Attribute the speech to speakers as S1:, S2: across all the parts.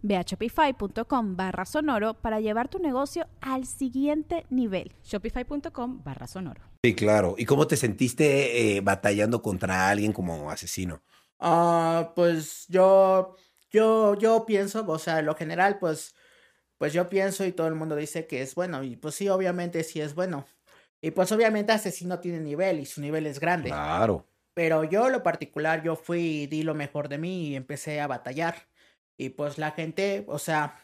S1: Ve a shopify.com barra sonoro para llevar tu negocio al siguiente nivel.
S2: Shopify.com barra sonoro.
S3: Sí, claro. ¿Y cómo te sentiste eh, batallando contra alguien como asesino?
S4: Ah, pues yo, yo, yo pienso, o sea, en lo general, pues, pues yo pienso y todo el mundo dice que es bueno. Y pues sí, obviamente sí es bueno. Y pues obviamente asesino tiene nivel y su nivel es grande.
S3: Claro.
S4: Pero yo lo particular, yo fui y di lo mejor de mí y empecé a batallar. Y pues la gente, o sea,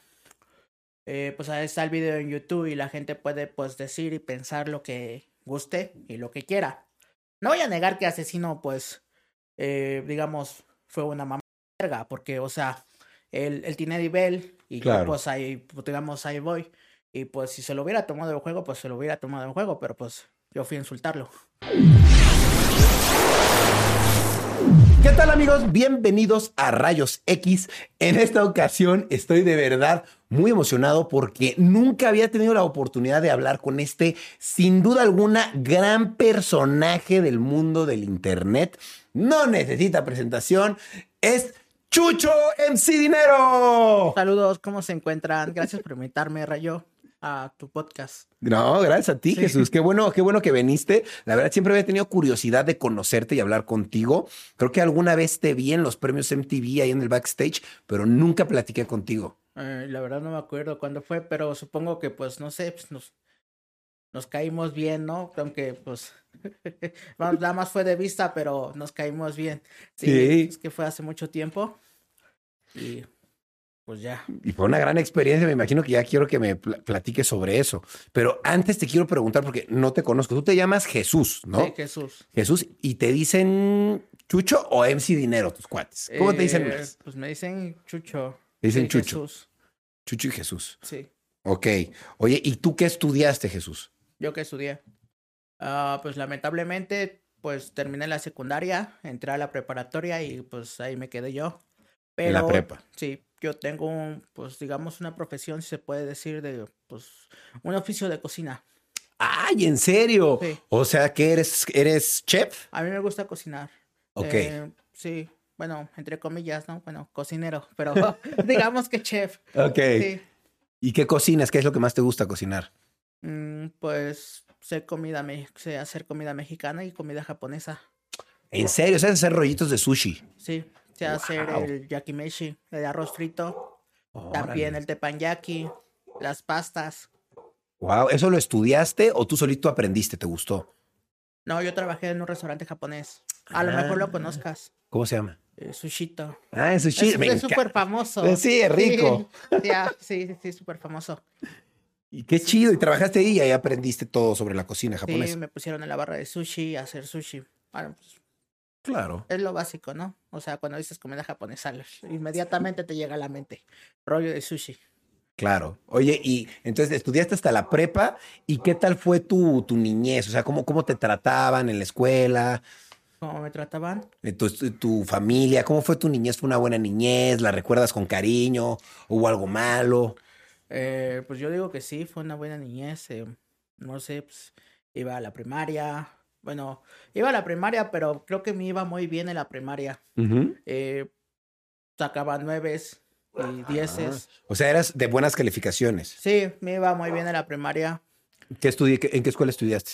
S4: eh, pues ahí está el video en YouTube y la gente puede pues decir y pensar lo que guste y lo que quiera. No voy a negar que Asesino pues, eh, digamos, fue una mamá verga, porque, o sea, él, él tiene nivel y
S3: Claro.
S4: yo, pues ahí, pues, digamos, ahí voy. Y pues si se lo hubiera tomado el juego, pues se lo hubiera tomado el juego, pero pues yo fui a insultarlo.
S3: ¿Qué tal amigos? Bienvenidos a Rayos X. En esta ocasión estoy de verdad muy emocionado porque nunca había tenido la oportunidad de hablar con este, sin duda alguna, gran personaje del mundo del Internet. No necesita presentación. Es Chucho MC Dinero.
S4: Saludos, ¿cómo se encuentran? Gracias por invitarme, Rayo, a tu podcast.
S3: No, gracias a ti,
S4: Sí.
S3: Jesús. Qué bueno, qué bueno que viniste. La verdad, siempre había tenido curiosidad de conocerte y hablar contigo. Creo que alguna vez te vi en los premios MTV ahí en el backstage, pero nunca platiqué contigo.
S4: Eh, la verdad no me acuerdo cuándo fue, pero supongo que pues no sé, pues nos, nos caímos bien, ¿no? Aunque pues no, nada más fue de vista, pero nos caímos bien. Sí,
S3: Sí.
S4: es que fue hace mucho tiempo y pues ya.
S3: Y fue una gran experiencia. Me imagino que ya quiero que me pla- platiques sobre eso. Pero antes te quiero preguntar, porque no te conozco. Tú te llamas Jesús, ¿no?
S4: Sí, Jesús.
S3: Jesús, y te dicen Chucho o MC Dinero, tus cuates. ¿Cómo te dicen
S4: Eh,
S3: más?
S4: Pues me dicen Chucho.
S3: Te dicen
S4: Sí,
S3: Chucho.
S4: Jesús,
S3: Chucho y Jesús.
S4: Sí,
S3: Ok. Oye, ¿y tú qué estudiaste, Jesús?
S4: yo que estudié. Ah, pues lamentablemente pues terminé la secundaria, entré a la preparatoria y pues ahí me quedé yo. Pero
S3: En la prepa.
S4: Sí, yo tengo, un, pues digamos, una profesión, si se puede decir, de, pues, un oficio de cocina.
S3: Ay, ¿en serio?
S4: Sí.
S3: O sea que eres, eres chef.
S4: A mí me gusta cocinar.
S3: Ok.
S4: Eh, sí, bueno, entre comillas, ¿no? Bueno, cocinero, pero digamos que chef.
S3: ok.
S4: Sí.
S3: ¿Y qué cocinas? ¿Qué es lo que más te gusta cocinar?
S4: Mm, pues sé comida, me- sé hacer comida mexicana y comida japonesa.
S3: En serio, sabes hacer rollitos de sushi.
S4: Sí, sé hacer
S3: Guau.
S4: el yakimeshi, el arroz frito, también el tepanyaki, las pastas.
S3: Wow, ¿eso lo estudiaste o tú solito aprendiste? ¿Te gustó?
S4: No, yo trabajé en un restaurante japonés. A lo mejor
S3: Ah.
S4: lo conozcas.
S3: ¿Cómo se llama?
S4: eh, sushito.
S3: Ah, en sushi.
S4: es
S3: me
S4: es
S3: encanta.
S4: súper famoso.
S3: Eh, sí, es rico.
S4: Sí, ah, sí, sí, sí, súper famoso.
S3: Y qué chido. Y trabajaste ahí y ahí aprendiste todo sobre la cocina japonesa.
S4: Sí, me pusieron en la barra de sushi a hacer sushi. Bueno, pues,
S3: Claro.
S4: es lo básico, ¿no? O sea, cuando dices comida japonesa, lo- inmediatamente te llega a la mente. Rollo de sushi.
S3: Claro. Oye, y entonces estudiaste hasta la prepa. ¿Y qué tal fue tu, tu niñez? O sea, ¿cómo, ¿cómo te trataban en la escuela?
S4: ¿Cómo me trataban?
S3: Eh, tu, tu familia, ¿cómo fue tu niñez? ¿Fue una buena niñez? ¿La recuerdas con cariño? ¿Hubo algo malo?
S4: Eh, pues yo digo que sí, fue una buena niñez. eh, no sé, pues, iba a la primaria. Bueno, iba a la primaria, pero creo que me iba muy bien en la primaria. Eh, sacaba nueves y dieces.
S3: Ah, O sea, eras de buenas calificaciones.
S4: Sí, me iba muy bien en la primaria.
S3: ¿Qué estudié, ¿En qué escuela estudiaste?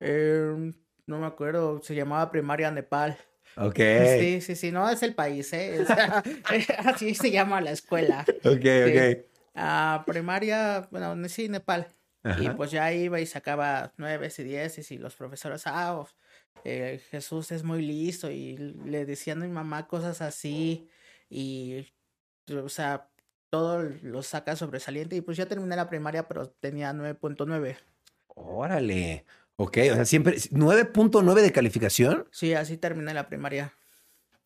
S4: Eh, no me acuerdo, se llamaba Primaria Nepal.
S3: Ok.
S4: Sí, sí, sí, no es el país, ¿eh? O sea, así se llama la escuela.
S3: Ok, ok.
S4: Ah, primaria, bueno, sí, Nepal. Y
S3: Ajá.
S4: pues ya iba y sacaba nueves y dieces y los profesores, ah, of- eh, Jesús es muy listo y le decían a mi mamá cosas así y, o sea, todo lo saca sobresaliente y pues ya terminé la primaria pero tenía 9.9.
S3: Órale. Ok, o sea, siempre 9.9 de calificación.
S4: Sí, así terminé la primaria.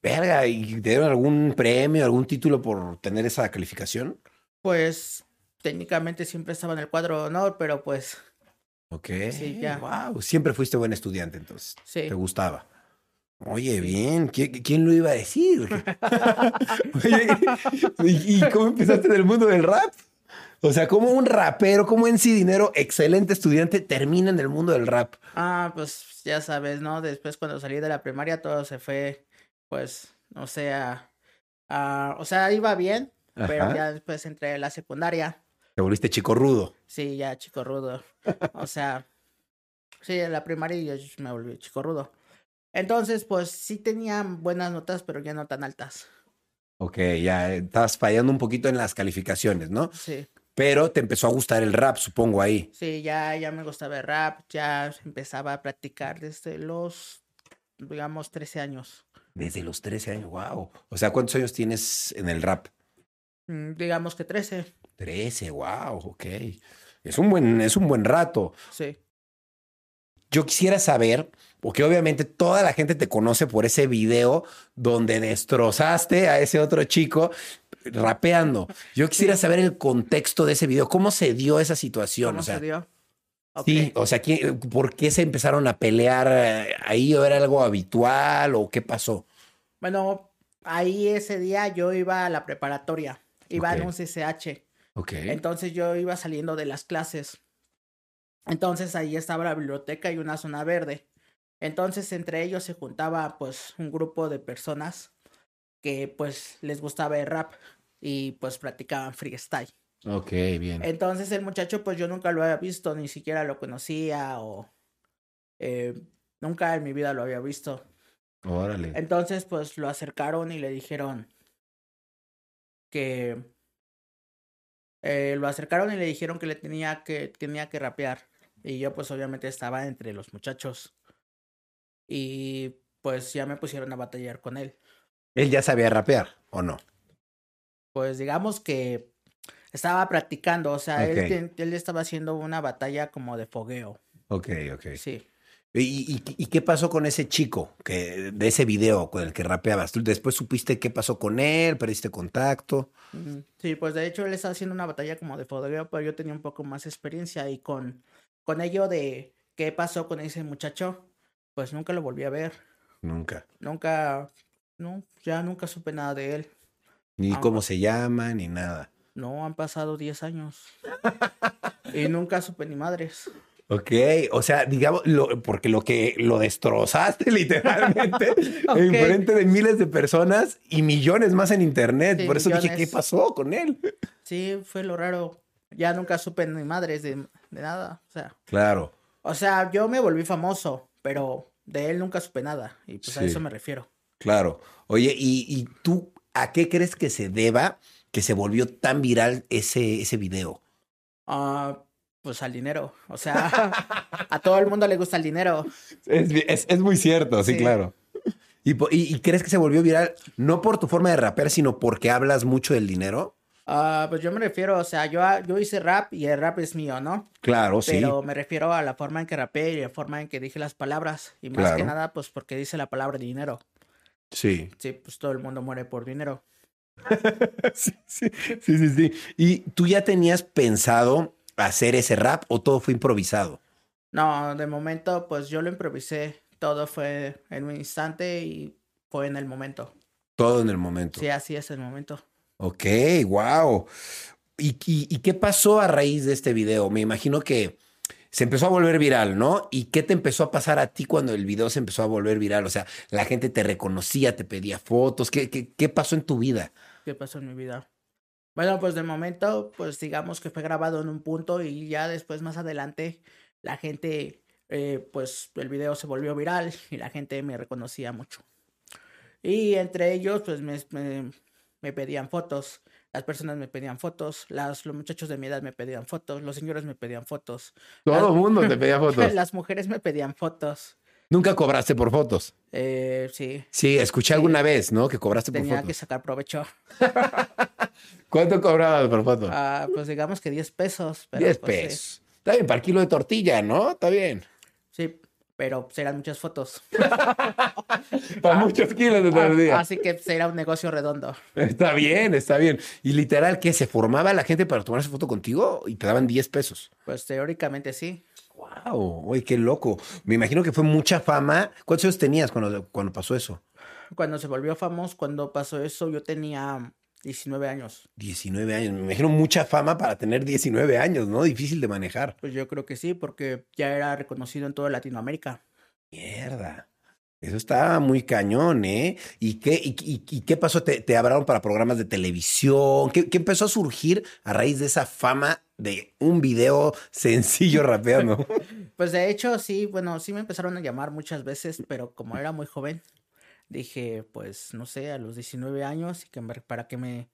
S3: Verga, ¿y te dieron algún premio, algún título por tener esa calificación?
S4: Pues técnicamente siempre estaba en el cuadro de honor, pero pues
S3: Ok.
S4: Sí, ya.
S3: Wow, siempre fuiste buen estudiante entonces.
S4: sí.
S3: Te gustaba. Oye, bien, ¿qui- qui- ¿quién lo iba a decir? Oye, ¿y y cómo empezaste en el mundo del rap? O sea, como un rapero, como en sí dinero, excelente estudiante, termina en el mundo del rap.
S4: Ah, pues ya sabes, ¿no? Después cuando salí de la primaria todo se fue, pues, o sea, ah, o sea, iba bien, pero
S3: Ajá.
S4: ya después entré a la secundaria,
S3: Te volviste chico rudo.
S4: sí, ya chico rudo, o sea, sí, en la primaria yo me volví chico rudo. Entonces, pues sí tenía buenas notas, pero ya no tan altas,
S3: Ok, ya eh, estabas fallando un poquito en las calificaciones, ¿no?
S4: sí.
S3: Pero te empezó a gustar el rap, supongo ahí.
S4: Sí, ya, ya me gustaba el rap, ya empezaba a practicar desde los, digamos, 13 años.
S3: Desde los 13 años, wow. O sea, ¿cuántos años tienes en el rap?
S4: Mm, Digamos que 13,
S3: 13, wow, ok. Es un buen, es un buen rato.
S4: sí.
S3: Yo quisiera saber, porque obviamente toda la gente te conoce por ese video donde destrozaste a ese otro chico rapeando. Yo quisiera saber el contexto de ese video, cómo se dio esa situación.
S4: ¿Cómo
S3: o sea,
S4: se dio? Ok.
S3: Sí, o sea, ¿quién- ¿por qué se empezaron a pelear eh, ahí? ¿O era algo habitual? ¿O qué pasó?
S4: Bueno, ahí ese día yo iba a la preparatoria, iba en
S3: Ok.
S4: un CCH,
S3: Ok.
S4: entonces yo iba saliendo de las clases. Entonces ahí estaba la biblioteca y una zona verde. Entonces entre ellos se juntaba pues un grupo de personas que pues les gustaba el rap y pues practicaban freestyle.
S3: Ok, bien.
S4: Entonces el muchacho, pues yo nunca lo había visto, ni siquiera lo conocía o eh, nunca en mi vida lo había visto.
S3: Órale.
S4: Entonces, pues lo acercaron y le dijeron que eh, lo acercaron y le dijeron que le tenía que tenía que rapear. Y yo, pues obviamente estaba entre los muchachos y pues ya me pusieron a batallar con él.
S3: ¿Él ya sabía rapear o no?
S4: Pues digamos que estaba practicando, o sea, él
S3: Ok.
S4: ten- él estaba haciendo una batalla como de fogueo.
S3: Ok, ok.
S4: Sí.
S3: ¿Y, y- y qué pasó con ese chico que, de ese video con el que rapeabas? ¿Tú después supiste qué pasó con él? ¿Perdiste contacto?
S4: Ujú. Sí, pues de hecho él estaba haciendo una batalla como de fotografía, pero yo tenía un poco más experiencia y con, con ello de qué pasó con ese muchacho, pues nunca lo volví a ver,
S3: Nunca.
S4: nunca, no, ya nunca supe nada de él,
S3: Ni
S4: Ah.
S3: cómo se llama, ni nada.
S4: no, han pasado 10 años y nunca supe ni madres.
S3: Ok, o sea, digamos, lo- porque lo que lo destrozaste literalmente en frente de miles de personas y millones más en internet.
S4: Sí,
S3: Por eso dije,
S4: millones.
S3: ¿qué pasó con él?
S4: Sí, fue lo raro, ya nunca supe ni madres de, de nada, o sea,
S3: Claro.
S4: o sea, yo me volví famoso, pero de él nunca supe nada y pues a
S3: Sí.
S4: eso me refiero.
S3: Claro. Oye, ¿y, y tú a qué crees que se deba que se volvió tan viral ese, ese video?
S4: Ah, pues al dinero. O sea, a todo el mundo le gusta el dinero.
S3: Es, muy cierto,
S4: sí, Sí. claro.
S3: ¿Y, po- y- y crees que se volvió viral no por tu forma de rapear, sino porque hablas mucho del dinero?
S4: Ah, pues yo me refiero, o sea, yo, yo hice rap y el rap es mío, ¿no?
S3: Claro, Pues sí.
S4: Pero me refiero a la forma en que rapeé y la forma en que dije las palabras. Y más que
S3: Claro.
S4: nada, pues porque dice la palabra dinero.
S3: Sí.
S4: Sí, pues todo el mundo muere por dinero.
S3: sí, sí, sí, sí, sí. ¿Y tú ya tenías pensado hacer ese rap o todo fue improvisado?
S4: No, de momento, pues yo lo improvisé. Todo fue en un instante y fue en el momento.
S3: Todo en el momento.
S4: Sí, así es el momento.
S3: Ok, wow. ¿Y, y, y qué pasó a raíz de este video? Me imagino que se empezó a volver viral, ¿no? ¿Y qué te empezó a pasar a ti cuando el video se empezó a volver viral? O sea, la gente te reconocía, te pedía fotos. ¿Qué, qué, qué pasó en tu vida?
S4: ¿Qué pasó en mi vida? Bueno, pues de momento, pues digamos que fue grabado en un punto y ya después más adelante la gente, eh, pues el video se volvió viral y la gente me reconocía mucho. Y entre ellos, pues me, me- me pedían fotos. Las personas me pedían fotos, las, los muchachos de mi edad me pedían fotos, los señores me pedían fotos,
S3: Todo
S4: Las-
S3: el mundo te pedía fotos.
S4: las mujeres me pedían fotos.
S3: Nunca cobraste por fotos.
S4: Eh, sí,
S3: Sí, escuché alguna vez, ¿no? Que cobraste por
S4: tenía
S3: fotos.
S4: que sacar provecho.
S3: ¿Cuánto cobrabas por foto?
S4: Ah, pues digamos que 10 pesos. pero
S3: 10
S4: pues sí,
S3: pesos. Está bien, para kilo de tortilla, ¿no? Está bien.
S4: Sí, pero serán muchas fotos.
S3: Para muchos kilos de
S4: Ah,
S3: tortilla.
S4: así que será un negocio redondo.
S3: Está bien, está bien. Y literal, que se formaba la gente para tomarse foto contigo y te daban 10 pesos.
S4: Pues teóricamente sí.
S3: ¡Wow! Oye, qué loco. Me imagino que fue mucha fama. ¿Cuántos años tenías cuando, cuando pasó eso?
S4: Cuando se volvió famoso, cuando pasó eso, yo tenía 19 años.
S3: 19 años. Me imagino mucha fama para tener 19 años, ¿no? Difícil de manejar.
S4: Pues yo creo que sí, porque ya era reconocido en toda Latinoamérica.
S3: Mierda. Eso está muy cañón, ¿eh? ¿Y qué, y, y- y qué pasó? ¿Te, te hablaron para programas de televisión? ¿Qué, qué empezó a surgir a raíz de esa fama de un video sencillo rapeando?
S4: Pues de hecho, sí, bueno, sí me empezaron a llamar muchas veces, pero como era muy joven, dije, pues no sé, a los 19 años, y que me- para que me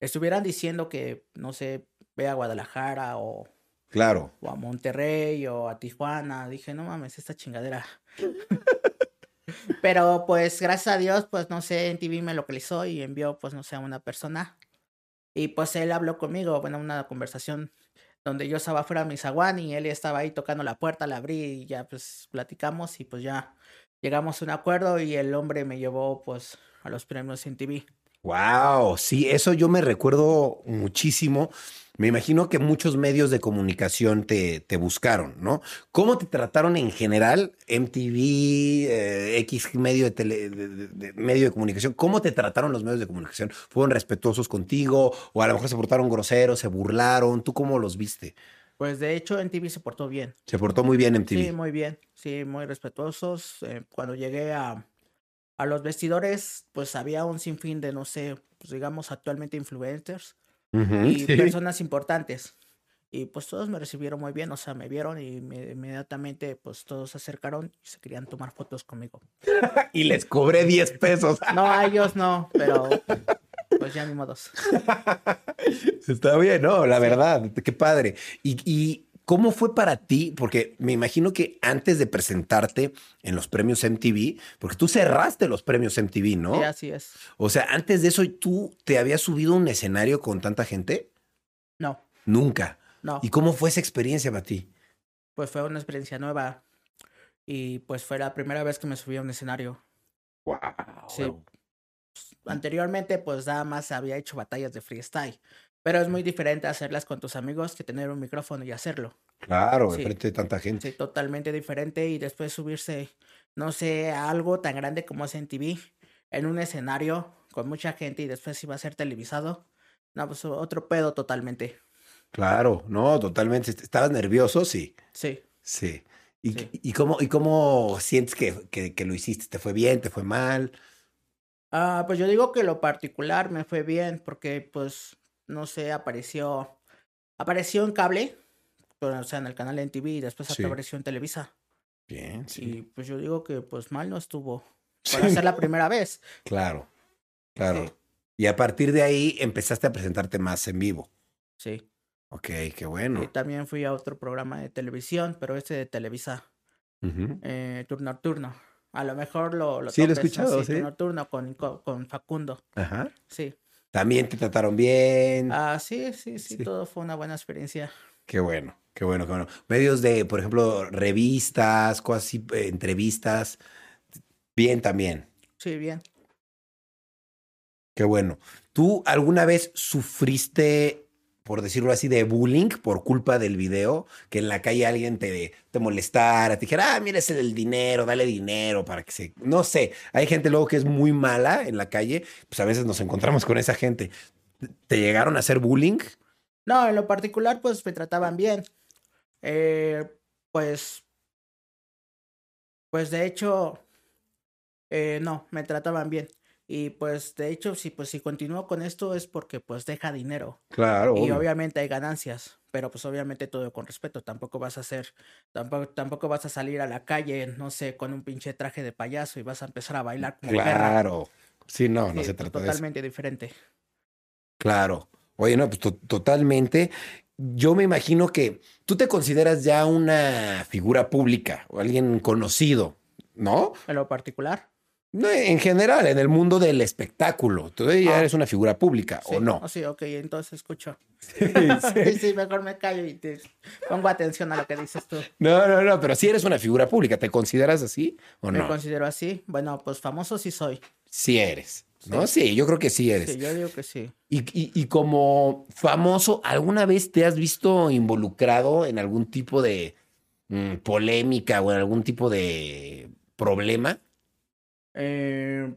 S4: estuvieran diciendo que, no sé, ve a Guadalajara o,
S3: claro.
S4: o a Monterrey o a Tijuana, dije, no mames, esta chingadera. Pero pues gracias a Dios, pues no sé, en TV me localizó y envió, pues no sé, a una persona. Y pues él habló conmigo, bueno, una conversación donde yo estaba fuera de mi zaguán y él estaba ahí tocando la puerta, la abrí y ya pues platicamos y pues ya llegamos a un acuerdo y el hombre me llevó pues a los premios en TV.
S3: Wow, sí, eso yo me recuerdo muchísimo. Me imagino que muchos medios de comunicación te, te buscaron, ¿no? ¿Cómo te trataron en general MTV, eh, X medio de, tele- de- de- de- medio de comunicación? ¿Cómo te trataron los medios de comunicación? ¿Fueron respetuosos contigo o a lo mejor se portaron groseros, se burlaron? ¿Tú cómo los viste?
S4: Pues de hecho en TV se portó bien.
S3: Se portó muy bien MTV.
S4: Sí, muy bien, sí, muy respetuosos. Eh, cuando llegué a, a los vestidores, pues había un sinfín de, no sé, pues digamos actualmente influencers
S3: Ujú,
S4: y
S3: Mm, sí.
S4: personas importantes. Y pues todos me recibieron muy bien, o sea, me vieron y me- inmediatamente pues todos se acercaron y se querían tomar fotos conmigo.
S3: Y les cobré 10 pesos.
S4: No, a ellos no, pero pues ya ni modos.
S3: Está bien, ¿no? La verdad, qué padre. ¿Y, y cómo fue para ti? Porque me imagino que antes de presentarte en los premios MTV, porque tú cerraste los premios MTV, ¿no?
S4: Sí, eh, así es.
S3: O sea, antes de eso, ¿tú te habías subido a un escenario con tanta gente?
S4: No,
S3: Nunca.
S4: no.
S3: ¿Y cómo fue esa experiencia para ti?
S4: Pues fue una experiencia nueva y pues fue la primera vez que me subí a un escenario.
S3: Wow.
S4: Sí. Anteriormente, pues nada más había hecho batallas de freestyle. Pero es muy diferente hacerlas con tus amigos que tener un micrófono y hacerlo.
S3: Claro,
S4: Sí.
S3: enfrente de tanta gente.
S4: Sí, totalmente diferente. Y después subirse, no sé, a algo tan grande como es en TV, en un escenario con mucha gente y después iba a ser televisado. No, pues otro pedo totalmente.
S3: Claro, no, totalmente. ¿Estabas nervioso? Sí.
S4: Sí.
S3: Sí. ¿Y,
S4: Sí.
S3: y cómo, y cómo sientes que, que- que lo hiciste? ¿Te fue bien? ¿Te fue mal?
S4: Ah, pues yo digo que lo particular me fue bien porque, pues, no sé, apareció, apareció en cable, pero, o sea, en el canal en TV y después
S3: Sí.
S4: apareció en Televisa.
S3: Bien,
S4: Y pues yo digo que pues mal no estuvo
S3: Sí.
S4: para ser la primera vez.
S3: Claro, claro.
S4: Sí.
S3: Y a partir de ahí empezaste a presentarte más en vivo.
S4: Sí.
S3: Ok, qué
S4: Y
S3: bueno.
S4: también fui a otro programa de televisión, pero este de Televisa,
S3: Ujú.
S4: eh, turno a turno. A lo mejor lo, lo
S3: Sí, lo he
S4: topes, ¿no?
S3: escuchado, sí.
S4: turno a turno con, con, con Facundo.
S3: Ajá.
S4: Sí.
S3: También te trataron bien.
S4: Ah, sí, sí, sí,
S3: Mm. Sí.
S4: todo fue una buena experiencia.
S3: Qué bueno, qué bueno, qué bueno. Medios de, por ejemplo, revistas, cosas así, eh, entrevistas. Bien también.
S4: Sí, bien.
S3: Qué bueno. ¿Tú alguna vez sufriste, por decirlo así, de bullying por culpa del video? Que en la calle alguien te, te molestara, te dijera, ah, mira, es el dinero, dale dinero para que se... No sé, hay gente luego que es muy mala en la calle, pues a veces nos encontramos con esa gente. ¿Te llegaron a hacer bullying?
S4: No, en lo particular, pues me trataban bien. Eh, pues, pues de hecho, eh, no, me trataban bien. Y pues de hecho, si pues si continúo con esto es porque pues deja dinero.
S3: Claro.
S4: Y obviamente hay ganancias, pero pues obviamente todo con respeto. Tampoco vas a hacer, tampoco, tampoco vas a salir a la calle, no sé, con un pinche traje de payaso y vas a empezar a bailar como perra.
S3: Claro. Sí, no, no
S4: Sí,
S3: se
S4: to-
S3: trata de eso.
S4: totalmente diferente.
S3: Claro. Oye, no, pues to- totalmente. Yo me imagino que tú te consideras ya una figura pública o alguien conocido, ¿no?
S4: en lo particular.
S3: No, En general, en el mundo del espectáculo. Tú ya
S4: Ah.
S3: eres una figura pública,
S4: Sí.
S3: ¿o no?
S4: Ah, sí, ok, entonces escucho. Sí, sí, mejor me callo y te pongo atención a lo que dices tú.
S3: No, no, no, pero sí eres una figura pública. ¿Te consideras así o
S4: Me
S3: no?
S4: considero así. Bueno, pues famoso sí soy.
S3: Sí eres, ¿no? Sí, yo creo que sí eres.
S4: Sí, yo digo que sí.
S3: Y, y- y como famoso, ¿alguna vez te has visto involucrado en algún tipo de mm, polémica o en algún tipo de problema?
S4: Eh,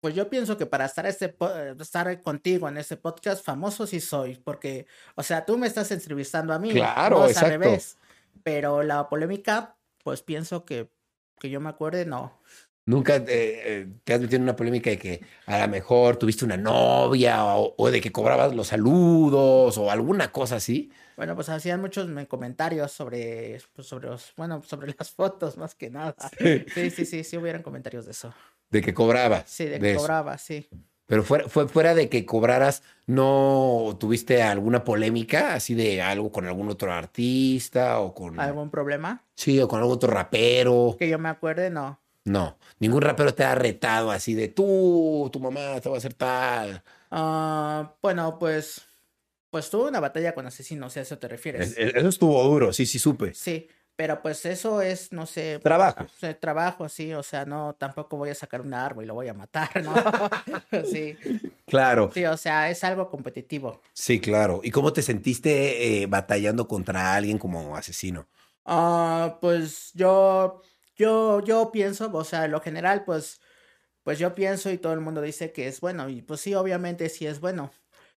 S4: pues yo pienso que para estar, este po- estar contigo en este podcast, famoso sí soy, porque, o sea, tú me estás entrevistando a mí.
S3: Claro,
S4: no es al
S3: exacto.
S4: revés. pero la polémica, pues pienso que, que yo me acuerde, no.
S3: ¿Nunca eh, eh, te has metido en una polémica de que a lo mejor tuviste una novia o, o de que cobrabas los saludos o alguna cosa así?
S4: Bueno, pues hacían muchos me- comentarios sobre, pues, sobre los, bueno, sobre las fotos más que nada. Sí, sí, sí, sí, hubieran comentarios de eso.
S3: De que cobrabas.
S4: Sí, de
S3: de
S4: que
S3: eso.
S4: cobraba, sí.
S3: Pero fuera, fue fuera de que cobraras, ¿no tuviste alguna polémica así de algo con algún otro artista o con...
S4: ¿Algún problema?
S3: Sí, o con algún otro rapero.
S4: Que yo me acuerde, no.
S3: No, ningún rapero te ha retado así de tú, tu mamá te va a hacer tal.
S4: Ah, bueno, pues, pues tuve una batalla con asesinos, si a eso te refieres.
S3: eso estuvo duro, sí, sí, supe.
S4: Sí, pero pues eso es, no sé,
S3: Trabajo.
S4: o sea, trabajo, sí, o sea, no, tampoco voy a sacar un arma y lo voy a matar, ¿no? Sí,
S3: Claro,
S4: sí, o sea, es algo competitivo.
S3: sí, claro. ¿Y cómo te sentiste eh, batallando contra alguien como asesino?
S4: Ah, pues yo, yo, yo pienso, o sea, en lo general, pues, pues yo pienso y todo el mundo dice que es bueno, y pues sí, obviamente sí es bueno.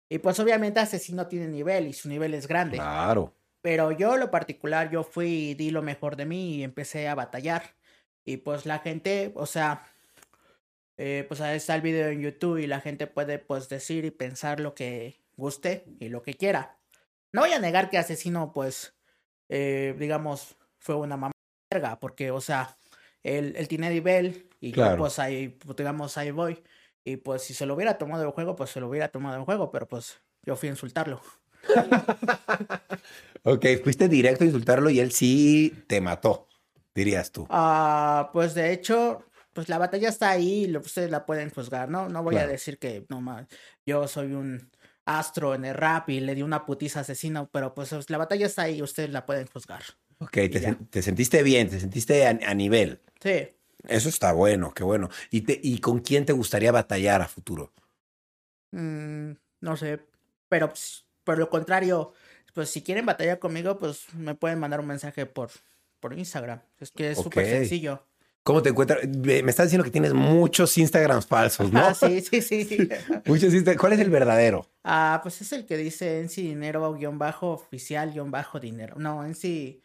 S4: Y pues obviamente asesino tiene nivel y su nivel es grande.
S3: Claro.
S4: Pero yo, en lo particular, yo fui y di lo mejor de mí y empecé a batallar. Y pues la gente, o sea, eh, pues ahí está el video en YouTube y la gente puede pues decir y pensar lo que guste y lo que quiera. No voy a negar que Asesino, pues, eh, digamos, fue una mamá verga, porque, o sea, él, él tiene nivel y yo,
S3: Claro.
S4: pues ahí, pues, digamos, ahí voy. Y pues si se lo hubiera tomado de juego, pues se lo hubiera tomado de juego, pero pues yo fui a insultarlo.
S3: Ok, fuiste directo a insultarlo y él sí te mató, dirías tú.
S4: Ah, pues de hecho, pues la batalla está ahí, lo- ustedes la pueden juzgar, ¿no? No voy a
S3: Claro.
S4: decir que no más, yo soy un astro en el rap y le di una putiza asesina, pero pues es- la batalla está ahí, ustedes la pueden juzgar.
S3: Ok,
S4: ya.
S3: te, sen- te sentiste bien, te sentiste a, a nivel.
S4: Sí.
S3: Eso está bueno, qué bueno. ¿Y, te- ¿Y con quién te gustaría batallar a futuro?
S4: Mm, no sé, pero pues, por lo contrario, pues si quieren batallar conmigo, pues me pueden mandar un mensaje por, por Instagram. Es que es súper
S3: Ok.
S4: sencillo.
S3: ¿Cómo te encuentras? Me me estás diciendo que tienes muchos Instagrams falsos, ¿no?
S4: Ah, sí, sí, sí, sí.
S3: Muchos Insta- ¿Cuál es el verdadero?
S4: Ah, pues es el que dice en sí dinero guión bajo oficial guión bajo dinero. No, en sí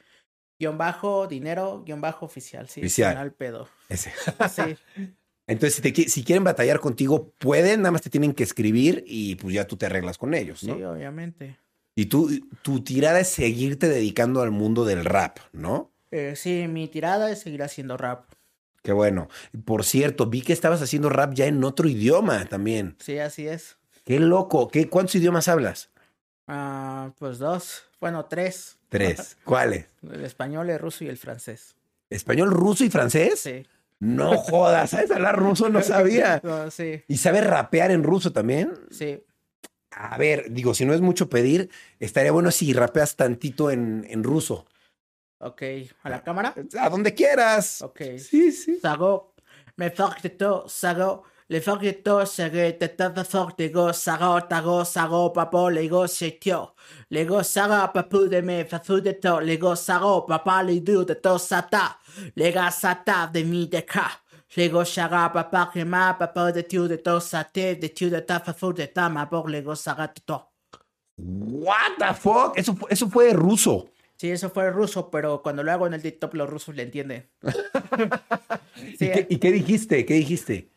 S4: guión bajo dinero guión bajo oficial. Sí,
S3: Oficial. Pues,
S4: sí, no al pedo.
S3: Ese.
S4: Sí,
S3: Entonces, si, te qui- si quieren batallar contigo, pueden, nada más te tienen que escribir y pues ya tú te arreglas con ellos,
S4: sí,
S3: ¿no?
S4: obviamente.
S3: Y tú, tu tirada es seguirte dedicando al mundo del rap, ¿no?
S4: Eh, sí, mi tirada es seguir haciendo rap.
S3: Qué bueno. Por cierto, vi que estabas haciendo rap ya en otro idioma también.
S4: Sí, así es.
S3: Qué loco. ¿Qué, ¿Cuántos idiomas hablas?
S4: Ah, pues dos, bueno, tres.
S3: Tres. ¿Cuáles?
S4: El español, el ruso y el francés.
S3: ¿Español, ruso y francés?
S4: Sí.
S3: No jodas, ¿sabes hablar ruso? No sabía.
S4: No, sí,
S3: ¿Y sabes rapear en ruso también?
S4: sí.
S3: A ver, digo, si no es mucho pedir, estaría bueno si rapeas tantito en, en ruso.
S4: Ok, ¿a la cámara?
S3: A donde quieras.
S4: Ok.
S3: Sí, sí.
S4: Sago, me fuck to, sago, le fuck de to, sago, te tata fuck de go, sago, tago, sago, papo, le go, se tio, le go, saga, papu de me, fafu de to, le go, sago, papá, le du de to, sata, le ga, sata, de mi de ka. Le go saga papá que ma papá de tiu de to sate de tiu de ta fafu de ta ma por le go saga de to.
S3: What the fuck? Eso, fu- eso fue de ruso.
S4: Sí, eso fue ruso, pero cuando lo hago en el TikTok los rusos le entienden. Sí. eh.
S3: ¿Y, qué, y qué dijiste? ¿Qué dijiste?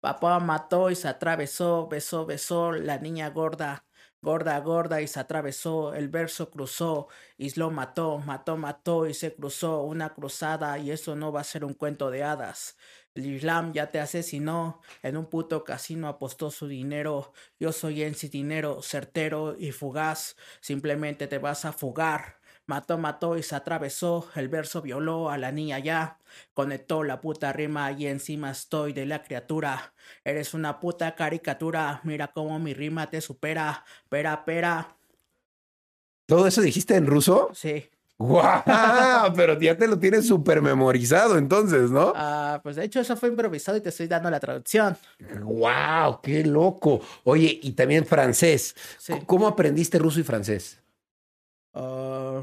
S4: Papá mató y se atravesó, besó, besó la niña gorda. Gorda, gorda y se atravesó, el verso cruzó y lo mató, mató, mató y se cruzó una cruzada y eso no va a ser un cuento de hadas. El Islam ya te asesinó, en un puto casino apostó su dinero, yo soy en sí dinero, certero y fugaz, simplemente te vas a fugar. Mató, mató y se atravesó, el verso violó a la niña ya, conectó la puta rima y encima estoy de la criatura. Eres una puta caricatura, mira cómo mi rima te supera, pera, pera.
S3: ¿Todo eso dijiste en ruso?
S4: Sí.
S3: ¡Guau! Pero ya te lo tienes súper memorizado entonces, ¿no?
S4: Ah, pues de hecho eso fue improvisado y te estoy dando la traducción.
S3: ¡Wow! ¡Qué loco! Oye, y también francés.
S4: Sí.
S3: C- ¿Cómo aprendiste ruso y francés?
S4: Ah,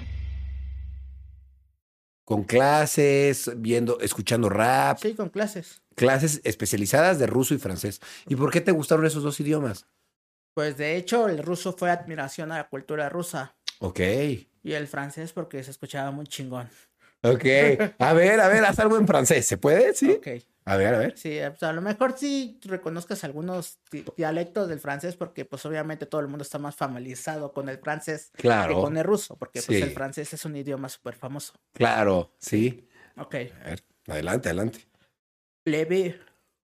S3: Con clases, viendo, escuchando rap,
S4: sí, con clases.
S3: clases especializadas de ruso y francés. ¿Y por qué te gustaron esos dos idiomas?
S4: Pues de hecho el ruso fue admiración a la cultura rusa
S3: Ok.
S4: y el francés porque se escuchaba muy chingón.
S3: Ok. A ver, a ver, haz algo en francés. ¿Se puede? Sí.
S4: Ok.
S3: A ver, a ver.
S4: Sí, eh, pues, a lo mejor sí reconozcas algunos di- dialectos del francés porque pues obviamente todo el mundo está más familiarizado con el francés que
S3: Claro,
S4: con el ruso porque pues
S3: Sí.
S4: el francés es un idioma súper famoso.
S3: claro, sí.
S4: Ok,
S3: A ver, adelante, adelante.
S4: Levi.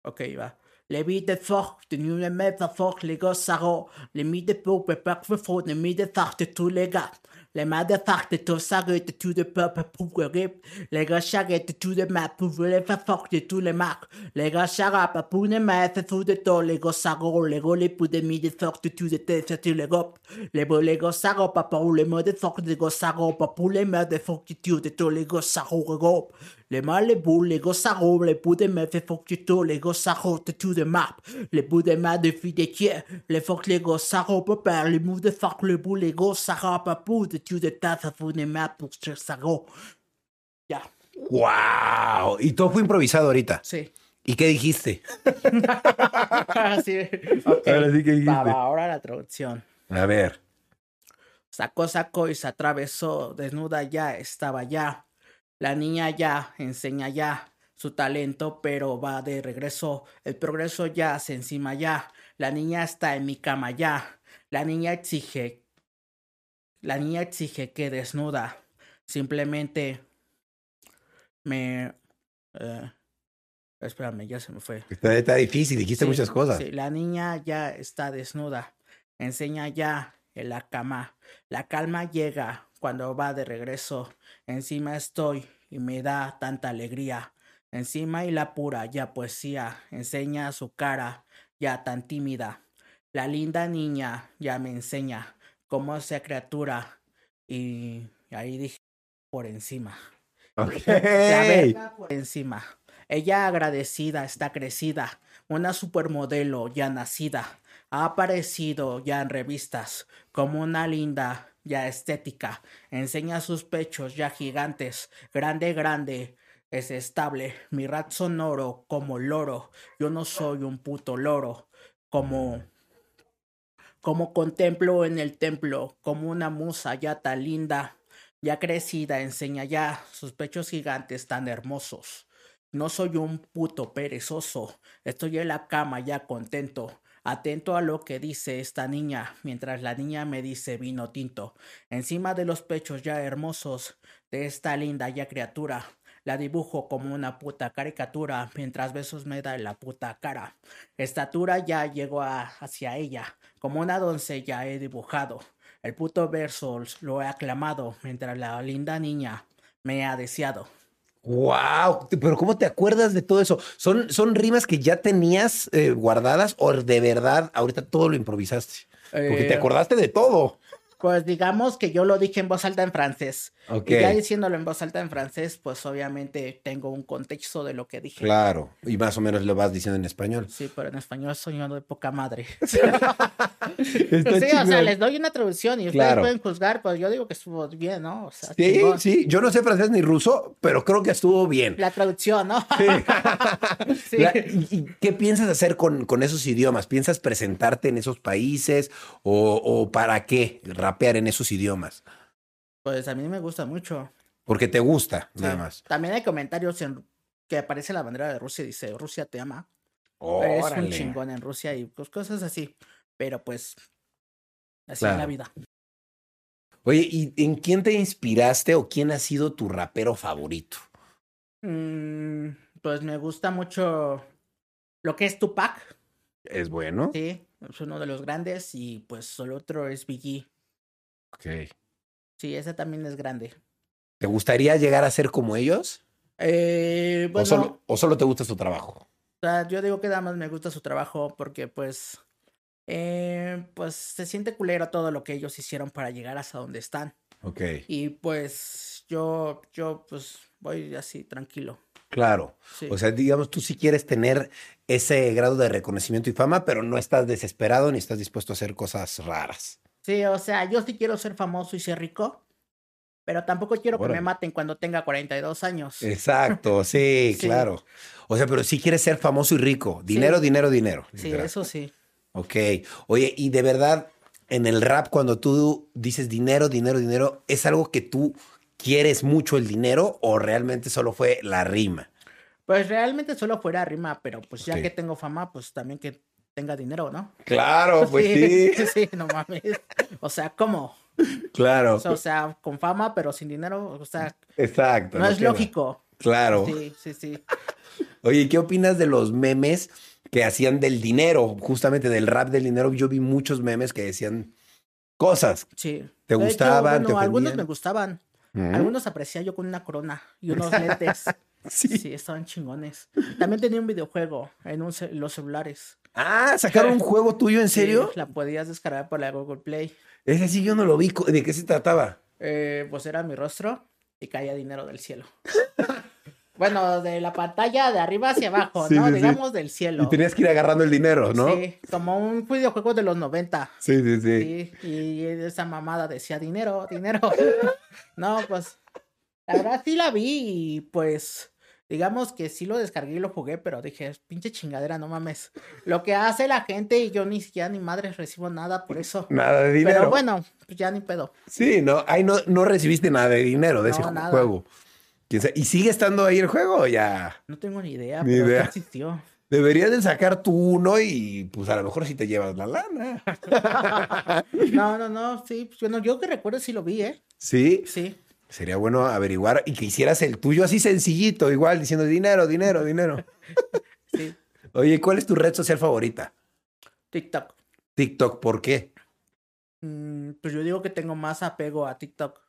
S4: Ok, va. Levi de fort, de nu le met va fort, les gosses sarro. Les mis de peau, pe pac fe fort, les mis de fart de tous les gars. Les mains de fart de tous s'arrêtent, de tous de peuple pauvre rip. Les gars s'arrêtent, de tous de ma pauvre, les fa fort de tous les marques. Les gars s'arrêtent, pas pour les mains, fait fou de tout, les gosses sarro, les gars les pou de mis de fort, de tous de tête, de tous les gars. Les beaux, les gosses sarro, pas pour les mains de fort, les gosses sarro, pas pour les mains de fort, de tous de tous les gosses sarro, les gars. Les mains, les boules, les gosses à robe, les bouts de mains, les forts du tout, les gosses à robe, tout de map. Les bouts de mains de filles de tiers, les forts, les gosses à robe, père, les mous de forts, les bouts, les gosses à robe, à bout de tout de tas, ça fout des mains pour ce sarro. Ya,
S3: ¡Wow! Y todo fue improvisado ahorita.
S4: sí.
S3: ¿Y qué dijiste?
S4: sí. Ah, ok. Bah,
S3: Ahora sí que
S4: Va,
S3: dijiste.
S4: va, ahora la traducción.
S3: A ver.
S4: Sacó, sacó y se atravesó, desnuda ya, estaba ya. La niña ya, enseña ya su talento, pero va de regreso. El progreso ya, se encima ya. La niña está en mi cama ya. La niña exige. La niña exige que desnuda. Simplemente me. eh, espérame, ya se me fue.
S3: Está, está difícil, dijiste
S4: Sí,
S3: muchas cosas.
S4: sí, la niña ya está desnuda. Enseña ya en la cama. La calma llega cuando va de regreso. Encima estoy y me da tanta alegría. Encima y la pura ya poesía. Enseña su cara ya tan tímida. La linda niña ya me enseña cómo sea criatura. Y ahí dije por encima.
S3: Ok.
S4: La verga por encima. Ella agradecida está crecida, una supermodelo ya nacida, ha aparecido ya en revistas, como una linda ya estética, enseña sus pechos ya gigantes, grande, grande, es estable, mi rat sonoro como loro, yo no soy un puto loro, como como contemplo en el templo, como una musa ya tan linda, ya crecida, enseña ya sus pechos gigantes tan hermosos. No soy un puto perezoso, estoy en la cama ya contento, atento a lo que dice esta niña, mientras la niña me dice vino tinto, encima de los pechos ya hermosos de esta linda ya criatura. La dibujo como una puta caricatura, mientras besos me da en la puta cara. Estatura ya llego a- hacia ella, como una doncella he dibujado. El puto verso lo he aclamado, mientras la linda niña me ha deseado.
S3: Wow, pero ¿cómo te acuerdas de todo eso? ¿Son, son rimas que ya tenías eh, guardadas o de verdad ahorita todo lo improvisaste? Porque te
S4: Eh,
S3: acordaste de todo.
S4: Pues digamos que yo lo dije en voz alta en francés.
S3: Ok.
S4: Y ya diciéndolo en voz alta en francés, pues obviamente tengo un contexto de lo que dije.
S3: Claro. Y más o menos lo vas diciendo en español.
S4: Sí, pero en español soñando de poca madre.
S3: Está
S4: sí, o sea,
S3: chingón.
S4: les doy una traducción y ustedes
S3: Claro.
S4: pueden juzgar, pues yo digo que estuvo bien, ¿no? O sea,
S3: Sí,
S4: chingón.
S3: sí. Yo no sé francés ni ruso, pero creo que estuvo bien.
S4: La traducción, ¿no? Sí.
S3: La- ¿y, y qué piensas hacer con, con esos idiomas? ¿Piensas presentarte en esos países o, o para qué rapear en esos idiomas?
S4: Pues a mí me gusta mucho.
S3: Porque te gusta, nada
S4: Sí.
S3: más.
S4: También hay comentarios en que aparece la bandera de Rusia y dice, Rusia te ama. Eres un
S3: Órale.
S4: chingón en Rusia y pues cosas así. Pero pues, así es la
S3: Claro.
S4: vida.
S3: Oye, ¿y en quién te inspiraste o quién ha sido tu rapero favorito?
S4: Mm, pues me gusta mucho lo que es Tupac,
S3: ¿Es bueno?
S4: sí, es uno de los grandes y pues el otro es Biggie.
S3: Ok.
S4: Sí, ese también es grande.
S3: ¿Te gustaría llegar a ser como ellos?
S4: Eh,
S3: ¿O,
S4: bueno,
S3: solo, o solo te gusta su trabajo?
S4: O sea, yo digo que nada más me gusta su trabajo porque pues, eh, pues se siente culero todo lo que ellos hicieron para llegar hasta donde están.
S3: Ok.
S4: Y pues yo, yo pues voy así tranquilo.
S3: Claro.
S4: Sí.
S3: O sea, digamos, tú sí quieres tener ese grado de reconocimiento y fama, pero no estás desesperado ni estás dispuesto a hacer cosas raras.
S4: sí, o sea, yo sí quiero ser famoso y ser rico, pero tampoco quiero que
S3: Órale.
S4: me maten cuando tenga 42 años.
S3: Exacto, sí,
S4: Sí.
S3: claro. O sea, pero sí quieres ser famoso y rico. Dinero, dinero, dinero.
S4: Sí,
S3: literal.
S4: eso sí.
S3: Ok. Oye, y de verdad, en el rap, cuando tú dices dinero, dinero, dinero, ¿es algo que tú quieres mucho el dinero o realmente solo fue la rima?
S4: Pues realmente solo fuera rima, pero pues ya
S3: Ok.
S4: que tengo fama, pues también que tenga dinero, ¿no?
S3: Claro,
S4: pues sí, no mames. O sea, ¿cómo?
S3: Claro.
S4: O sea, o sea, con fama, pero sin dinero, o sea,
S3: Exacto.
S4: no es
S3: queda.
S4: lógico.
S3: Claro.
S4: Sí, sí, sí.
S3: Oye, ¿qué opinas de los memes que hacían del dinero? Justamente del rap del dinero. Yo vi muchos memes que decían cosas.
S4: sí.
S3: ¿Te
S4: De hecho,
S3: gustaban? ¿Te
S4: bueno, algunos
S3: ofendían?
S4: me gustaban.
S3: ¿Mm?
S4: Algunos aprecié yo con una corona y unos lentes. sí. estaban chingones. También tenía un videojuego en un ce- los celulares.
S3: Ah, ¿sacaron un juego tuyo en
S4: Sí,
S3: serio?
S4: la podías descargar por la Google Play.
S3: Ese sí yo no lo vi. co- ¿De qué se trataba?
S4: Eh, pues era mi rostro y caía dinero del cielo. bueno, de la pantalla de arriba hacia abajo,
S3: Sí,
S4: ¿no?
S3: sí, sí.
S4: Digamos del cielo.
S3: Y tenías que ir agarrando el dinero, ¿no?
S4: Sí, como un videojuego de los 90.
S3: Sí, sí, sí.
S4: Sí, y esa mamada decía dinero, dinero. No, pues la verdad sí la vi y pues digamos que sí lo descargué y lo jugué, pero dije, "Es pinche chingadera, no mames. Lo que hace la gente y yo ni siquiera ni madres recibo nada por eso.
S3: Nada de dinero.
S4: Pero bueno, pues ya ni pedo.
S3: Sí, no, ahí no, no recibiste nada de dinero de
S4: No,
S3: ese ju-
S4: nada.
S3: juego. ¿Quién sabe? ¿Y sigue estando ahí el juego o ya?
S4: No tengo ni idea,
S3: Ni
S4: pero sí
S3: idea.
S4: existió.
S3: Deberías de sacar tú uno y pues a lo mejor sí te llevas la lana.
S4: No, no, no, sí, pues, bueno, yo que recuerdo sí lo vi, ¿eh?
S3: Sí,
S4: Sí.
S3: sería bueno averiguar y que hicieras el tuyo así sencillito, igual diciendo dinero, dinero, dinero.
S4: Sí.
S3: Oye, ¿cuál es tu red social favorita?
S4: TikTok.
S3: TikTok, ¿por qué?
S4: Mm, pues yo digo que tengo más apego a TikTok.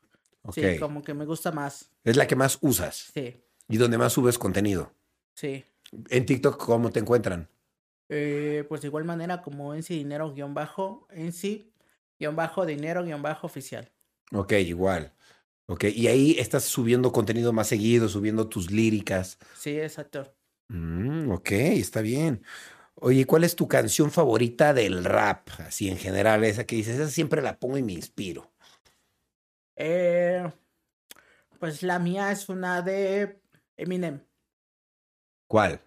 S3: Ok.
S4: Sí, como que me gusta más.
S3: Es la que más usas
S4: Sí,
S3: y donde más subes contenido.
S4: sí.
S3: En TikTok, ¿cómo te encuentran?
S4: Eh, pues de igual manera como en sí dinero guión bajo, en sí guión bajo dinero guión bajo oficial.
S3: Ok, igual. Ok, y ahí estás subiendo contenido más seguido, subiendo tus líricas.
S4: Sí, exacto.
S3: Mm, ok, está bien. Oye, ¿cuál es tu canción favorita del rap? Así en general, esa que dices, esa siempre la pongo y me inspiro.
S4: Eh, pues la mía es una de Eminem.
S3: ¿Cuál?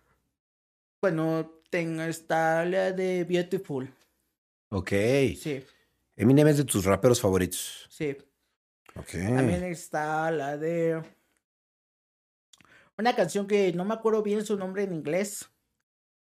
S4: Bueno, tengo esta la de Beautiful.
S3: Ok.
S4: Sí,
S3: Eminem es de tus raperos favoritos.
S4: sí.
S3: Ok.
S4: También está la de una canción que no me acuerdo bien su nombre en inglés.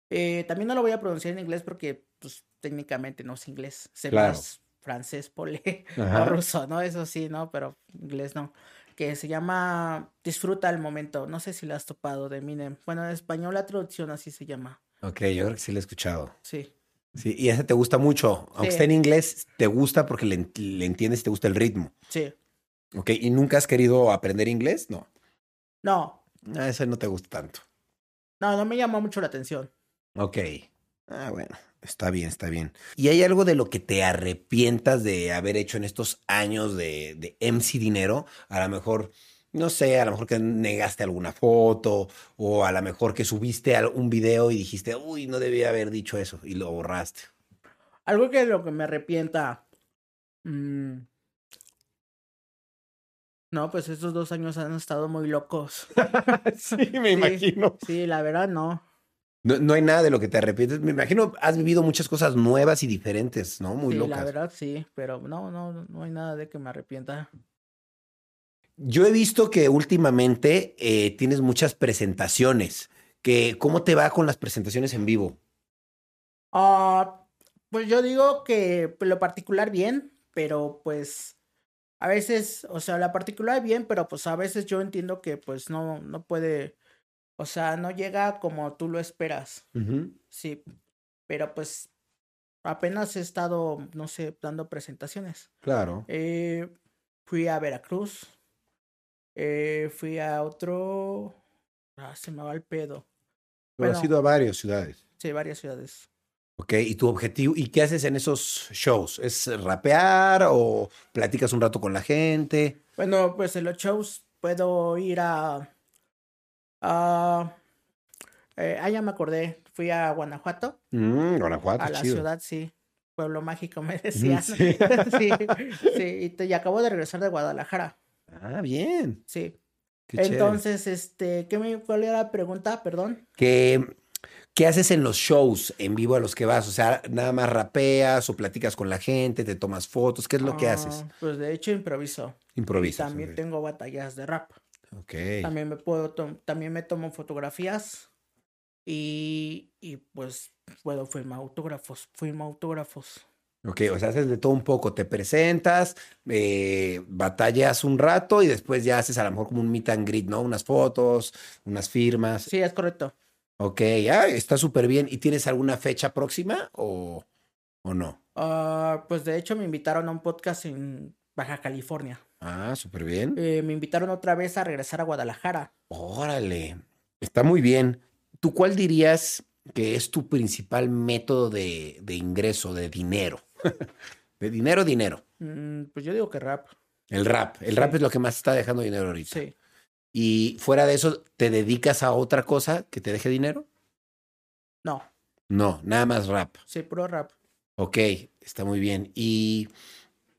S4: Eh, también no lo voy a pronunciar en inglés porque pues técnicamente no es inglés, sé
S3: Claro.
S4: más francés, pole,
S3: Ajá.
S4: o ruso, ¿no? Eso sí, ¿no? Pero inglés no. Que se llama Disfruta el momento. No sé si la has topado de Eminem. Bueno, en español la traducción así se llama.
S3: Ok, yo creo que sí la he escuchado.
S4: Sí.
S3: Sí, y esa te gusta mucho. Aunque
S4: Sí.
S3: esté en inglés, te gusta porque le, ent- le entiendes y te gusta el ritmo.
S4: Sí.
S3: Ok, ¿y nunca has querido aprender inglés? No.
S4: No,
S3: Ah, esa no te gusta tanto.
S4: no, no me llamó mucho la atención.
S3: Ok. Ah, bueno. Está bien, está bien. ¿Y hay algo de lo que te arrepientas de haber hecho en estos años de, de MC Dinero? A lo mejor, no sé, a lo mejor que negaste alguna foto o a lo mejor que subiste al- un video y dijiste, uy, no debía haber dicho eso y lo borraste.
S4: Algo que lo que me arrepienta. mm, No, pues estos dos años han estado muy locos.
S3: sí, me
S4: imagino. Sí, la verdad no.
S3: No, no hay nada de lo que te arrepientes. Me imagino has vivido muchas cosas nuevas y diferentes, ¿no? Muy
S4: sí, la
S3: locas.
S4: verdad sí, pero no, no, no hay nada de que me arrepienta.
S3: Yo he visto que últimamente eh, tienes muchas presentaciones. Que, ¿Cómo te va con las presentaciones en vivo?
S4: Ah, pues yo digo que pues, lo particular bien, pero pues a veces, o sea, la particular bien, pero pues a veces yo entiendo que pues no, no puede, o sea, no llega como tú lo esperas, sí, pero pues apenas he estado, no sé, dando presentaciones.
S3: Claro.
S4: Eh, fui a Veracruz, eh, fui a otro, ah, se me va el pedo,
S3: Pero has
S4: bueno.
S3: ido a varias ciudades.
S4: sí, varias ciudades.
S3: Ok, ¿y tu objetivo? ¿Y qué haces en esos shows? ¿Es rapear o platicas un rato con la gente?
S4: Bueno, pues en los shows puedo ir a... a eh, ah, ya me acordé. Fui a Guanajuato,
S3: Mm, Guanajuato,
S4: a la
S3: chido.
S4: ciudad, sí. Pueblo mágico, me decían.
S3: sí.
S4: Sí, sí. Y, te- y acabo de regresar de Guadalajara,
S3: Ah, bien.
S4: sí.
S3: Qué chévere.
S4: Entonces, este, ¿qué me, cuál era la pregunta? Perdón.
S3: ¿Qué, qué haces en los shows en vivo a los que vas? O sea, nada más rapeas o platicas con la gente, te tomas fotos, ¿qué es lo que haces?
S4: Ah, Pues de hecho improviso. Y
S3: Improvisas.
S4: también
S3: improvisas.
S4: tengo batallas de rap.
S3: Ok.
S4: También me puedo tom- también me tomo fotografías y, y pues puedo firmar autógrafos, firmo autógrafos.
S3: Ok, o sea, haces de todo un poco, te presentas, eh, batallas un rato y después ya haces a lo mejor como un meet and greet, ¿no? Unas fotos, unas firmas.
S4: Sí, es correcto.
S3: Ok, ah, está súper bien. ¿Y tienes alguna fecha próxima o, o no?
S4: Ah, pues de hecho me invitaron a un podcast en Baja California.
S3: Ah, súper bien.
S4: Eh, me invitaron otra vez a regresar a Guadalajara.
S3: Órale, está muy bien. ¿Tú cuál dirías que es tu principal método de, de ingreso, de dinero? De dinero, dinero.
S4: Mm, pues yo digo que rap.
S3: El rap. El rap es lo que más está dejando dinero ahorita.
S4: Sí.
S3: Y fuera de eso, ¿te dedicas a otra cosa que te deje dinero?
S4: No,
S3: No, nada más rap.
S4: sí, puro rap.
S3: Ok, está muy bien. ¿Y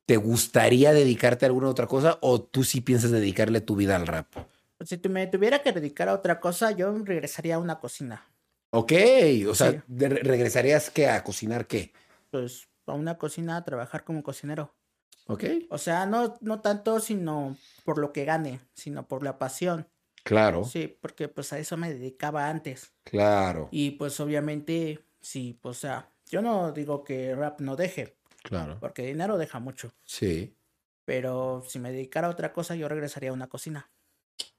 S3: te gustaría dedicarte a alguna otra cosa o tú sí piensas dedicarle tu vida al rap?
S4: Si tu- me tuviera que dedicar a otra cosa, yo regresaría a una cocina.
S3: Ok, o sea,
S4: Sí.
S3: de- ¿regresarías qué? ¿A cocinar qué?
S4: Pues a una cocina a trabajar como cocinero.
S3: Ok.
S4: O sea, no, no tanto sino por lo que gane, sino por la pasión.
S3: Claro,
S4: Sí, porque pues a eso me dedicaba antes.
S3: claro,
S4: Y pues obviamente, sí, pues o sea, yo no digo que rap no deje,
S3: claro.
S4: porque dinero deja mucho.
S3: Sí.
S4: Pero si me dedicara a otra cosa, yo regresaría a una cocina.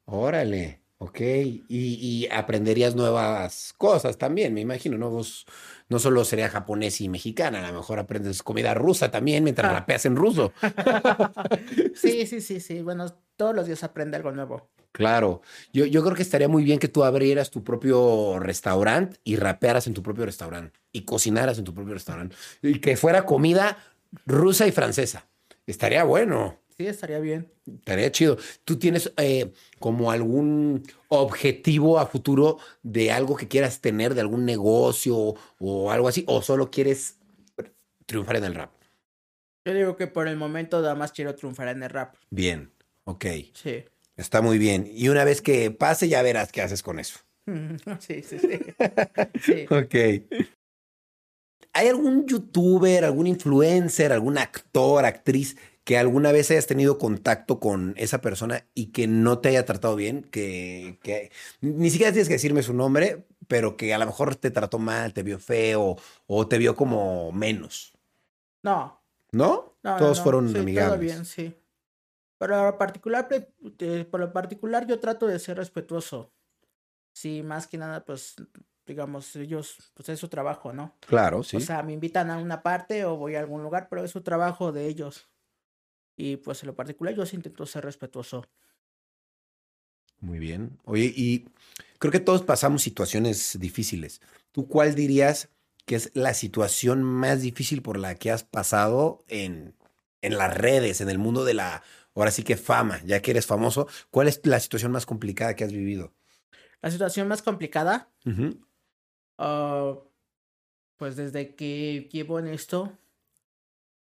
S3: Órale, ok. Y, y aprenderías nuevas cosas también, me imagino, ¿no? Vos no solo sería japonés y mexicana, a lo mejor aprendes comida rusa también mientras
S4: Ah.
S3: rapeas en ruso.
S4: Sí, sí, sí, sí. Bueno, todos los días aprende algo nuevo.
S3: Claro. Yo, yo creo que estaría muy bien que tú abrieras tu propio restaurante y rapearas en tu propio restaurante y cocinaras en tu propio restaurante y que fuera comida rusa y francesa. Estaría bueno.
S4: Sí, estaría bien.
S3: Estaría chido. ¿Tú tienes eh, como algún objetivo a futuro de algo que quieras tener, de algún negocio o algo así? ¿O solo quieres triunfar en el rap?
S4: Yo digo que por el momento nada más quiero triunfar en el rap.
S3: Bien, ok.
S4: Sí.
S3: Está muy bien. Y una vez que pase, ya verás qué haces con eso.
S4: Sí, sí, sí. Sí.
S3: Ok. ¿Hay algún youtuber, algún influencer, algún actor, actriz que alguna vez hayas tenido contacto con esa persona y que no te haya tratado bien? Que, que ni siquiera tienes que decirme su nombre, pero que a lo mejor te trató mal, te vio feo o te vio como menos.
S4: No,
S3: ¿No?
S4: no, no,
S3: Todos
S4: no.
S3: fueron
S4: Sí, todo
S3: amigables.
S4: bien, sí. Pero lo particular, pre- eh, por lo particular yo trato de ser respetuoso. Sí, más que nada, pues, digamos, ellos, pues es su trabajo, ¿no?
S3: Claro, sí.
S4: O sea, me invitan a una parte o voy a algún lugar, pero es su trabajo de ellos. Y pues en lo particular yo sí intento ser respetuoso.
S3: Muy bien. Oye, y creo que todos pasamos situaciones difíciles. ¿Tú cuál dirías que es la situación más difícil por la que has pasado en, en las redes, en el mundo de la, ahora sí que fama, ya que eres famoso. ¿Cuál es la situación más complicada que has vivido?
S4: La situación más complicada,
S3: Ujú.
S4: ah, pues desde que llevo en esto,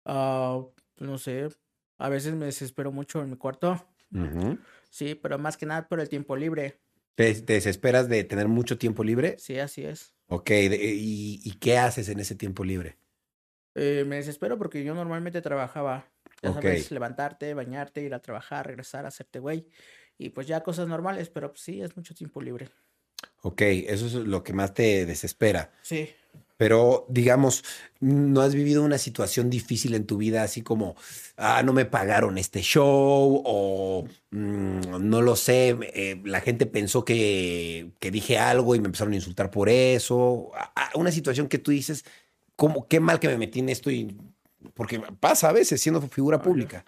S4: ah, no sé, a veces me desespero mucho en mi cuarto.
S3: Ujú.
S4: Sí, pero más que nada por el tiempo libre.
S3: ¿Te, te desesperas de tener mucho tiempo libre?
S4: Sí, así es.
S3: Ok, de- y, ¿y qué haces en ese tiempo libre?
S4: Eh, me desespero porque yo normalmente trabajaba, ya sabes,
S3: Ok.
S4: levantarte, bañarte, ir a trabajar, regresar, hacerte güey. Y pues ya cosas normales, pero pues, sí, es mucho tiempo libre.
S3: Ok, eso es lo que más te desespera.
S4: Sí.
S3: Pero, digamos, ¿no has vivido una situación difícil en tu vida, así como, ah, no me pagaron este show, o mm, no lo sé, eh, la gente pensó que, que dije algo y me empezaron a insultar por eso? Ah, ah, una situación que tú dices, ¿cómo, qué mal que me metí en esto? Y, porque pasa a veces siendo figura
S4: Ay,
S3: pública.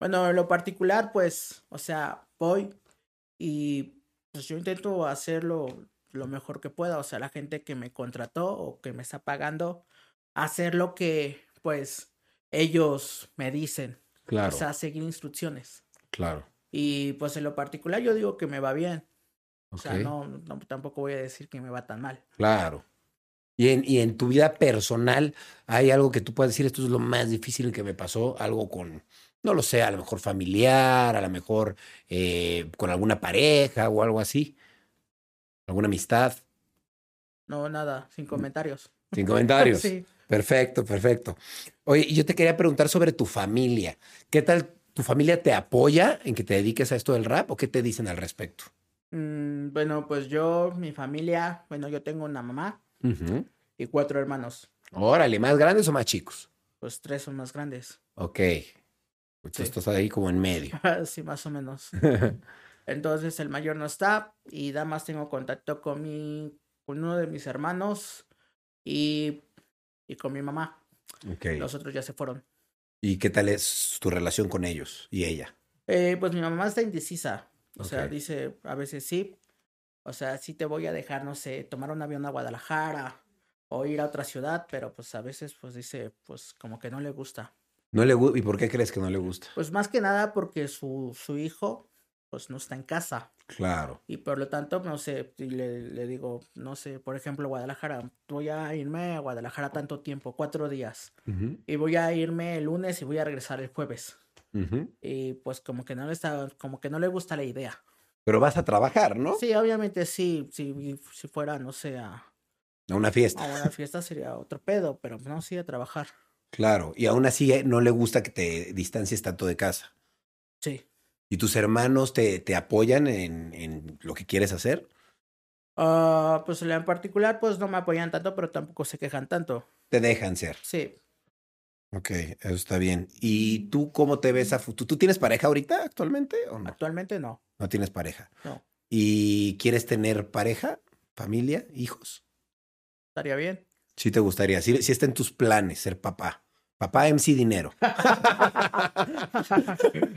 S4: Bueno, en lo particular, pues, o sea, voy y pues yo intento hacerlo lo mejor que pueda. O sea, la gente que me contrató o que me está pagando, hacer lo que, pues, ellos me dicen. O
S3: Claro,
S4: sea, seguir instrucciones.
S3: claro.
S4: Y pues en lo particular yo digo que me va bien. O sea,
S3: ok.
S4: no, no- tampoco voy a decir que me va tan mal.
S3: Claro. Y en, y en tu vida personal, ¿hay algo que tú puedas decir, esto es lo más difícil que me pasó? Algo con, no lo sé, a lo mejor familiar, a lo mejor eh, con alguna pareja o algo así. ¿Alguna amistad?
S4: No, nada, sin comentarios.
S3: Sin Mm. comentarios.
S4: Sí.
S3: Perfecto, perfecto. Oye, y yo te quería preguntar sobre tu familia. ¿Qué tal tu familia te apoya en que te dediques a esto del rap o qué te dicen al respecto?
S4: Mm, bueno, pues yo, mi familia, bueno, yo tengo una mamá
S3: Ujú.
S4: y cuatro hermanos.
S3: Órale, ¿más grandes o más chicos?
S4: Pues tres son más grandes.
S3: Ok. Pues tú
S4: Sí.
S3: estás ahí como en medio.
S4: Sí, más o menos. Entonces el mayor no está y nada más tengo contacto con mi, con uno de mis hermanos y, y con mi mamá.
S3: Ok.
S4: Los otros ya se fueron.
S3: ¿Y qué tal es tu relación con ellos y ella?
S4: Eh, pues mi mamá está indecisa. O sea,
S3: Ok.
S4: dice a veces sí. O sea, sí te voy a dejar, no sé, tomar un avión a Guadalajara o ir a otra ciudad, pero pues a veces pues dice, pues como que no le gusta.
S3: No le gu- ¿Y por qué crees que no le gusta?
S4: Pues más que nada porque su, su hijo pues no está en casa.
S3: Claro.
S4: Y por lo tanto, no sé, y le, le digo, no sé, por ejemplo, Guadalajara, voy a irme a Guadalajara tanto tiempo, cuatro días, y voy a irme el lunes y voy a regresar el jueves. Y pues como que no le está, como que no le gusta la idea.
S3: Pero vas a trabajar, ¿no?
S4: Sí, obviamente sí, sí, si fuera, no sé, a,
S3: A una fiesta.
S4: a una fiesta sería otro pedo, pero no, sí, a trabajar.
S3: Claro. Y aún así eh, no le gusta que te distancies tanto de casa.
S4: Sí.
S3: ¿Y tus hermanos te, te apoyan en, en lo que quieres hacer?
S4: Ah, pues en particular, pues no me apoyan tanto, pero tampoco se quejan tanto.
S3: Te dejan ser.
S4: Sí,
S3: Ok, eso está bien. ¿Y tú cómo te ves a futuro? ¿Tú tienes pareja ahorita actualmente o no?
S4: actualmente no,
S3: No tienes pareja.
S4: no,
S3: ¿Y quieres tener pareja, familia, hijos?
S4: estaría bien.
S3: Sí te gustaría, sí, sí está en tus planes ser papá. Papá MC Dinero.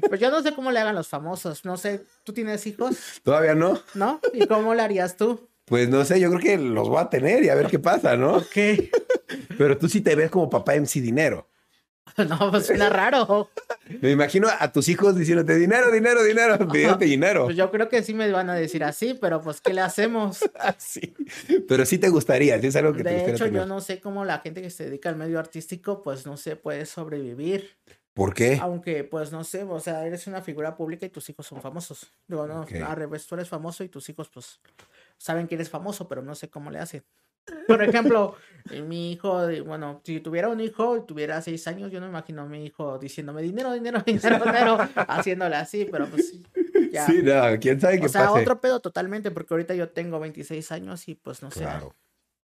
S4: Pues yo no sé cómo le hagan los famosos, no sé, ¿tú tienes hijos?
S3: ¿Todavía no?
S4: ¿No? ¿Y cómo le harías tú?
S3: Pues no sé, yo creo que los voy a tener y a ver qué pasa, ¿no?
S4: ¿Qué?
S3: Pero tú sí te ves como papá MC Dinero.
S4: No, pues suena raro.
S3: Me imagino a tus hijos diciéndote dinero, dinero, dinero, pidiéndote dinero.
S4: Pues yo creo que sí me van a decir así, pero pues ¿qué le hacemos?
S3: Así. Pero sí te gustaría, sí es algo que te
S4: De
S3: gustaría
S4: hecho,
S3: tener.
S4: yo no sé cómo la gente que se dedica al medio artístico, pues no se puede sobrevivir.
S3: ¿Por qué?
S4: Aunque, pues no sé, o sea, eres una figura pública y tus hijos son famosos. Digo, no,
S3: Ok.
S4: al revés, tú eres famoso y tus hijos, pues, saben que eres famoso, pero no sé cómo le hacen. Por ejemplo, eh, mi hijo, de- bueno, si tuviera un hijo y tuviera seis años, yo no imagino a mi hijo diciéndome dinero, dinero, dinero, dinero, haciéndole así, pero pues sí, ya.
S3: Sí, no, quién sabe qué
S4: o sea,
S3: pase.
S4: otro pedo totalmente, porque ahorita yo tengo 26 años y pues no sé,
S3: Claro,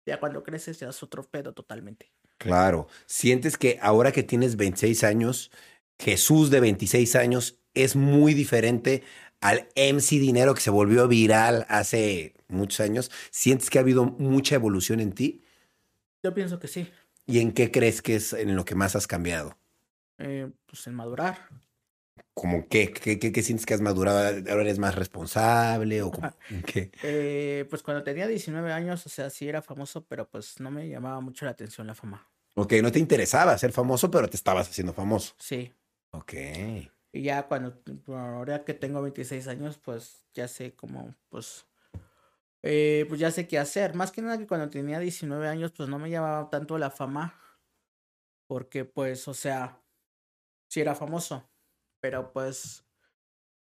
S4: ya cuando creces ya es otro pedo totalmente.
S3: claro. ¿Sientes que ahora que tienes 26 años, Jesús de 26 años es muy diferente al MC Dinero que se volvió viral hace muchos años. ¿Sientes que ha habido mucha evolución en ti?
S4: Yo pienso que sí,
S3: ¿Y en qué crees que es en lo que más has cambiado?
S4: eh, pues en madurar.
S3: ¿Cómo qué? ¿Qué, qué, qué sientes que has madurado? ¿Ahora eres más responsable? ¿O como, qué?
S4: Eh, pues cuando tenía 19 años, o sea, sí era famoso, pero pues no me llamaba mucho la atención la fama.
S3: Ok, no te interesaba ser famoso, pero te estabas haciendo famoso.
S4: Sí.
S3: Ok.
S4: Y ya cuando, ahora que tengo 26 años, pues ya sé cómo, pues, eh, pues ya sé qué hacer. Más que nada que cuando tenía 19 años, pues no me llamaba tanto la fama, porque pues, o sea, sí era famoso, pero pues,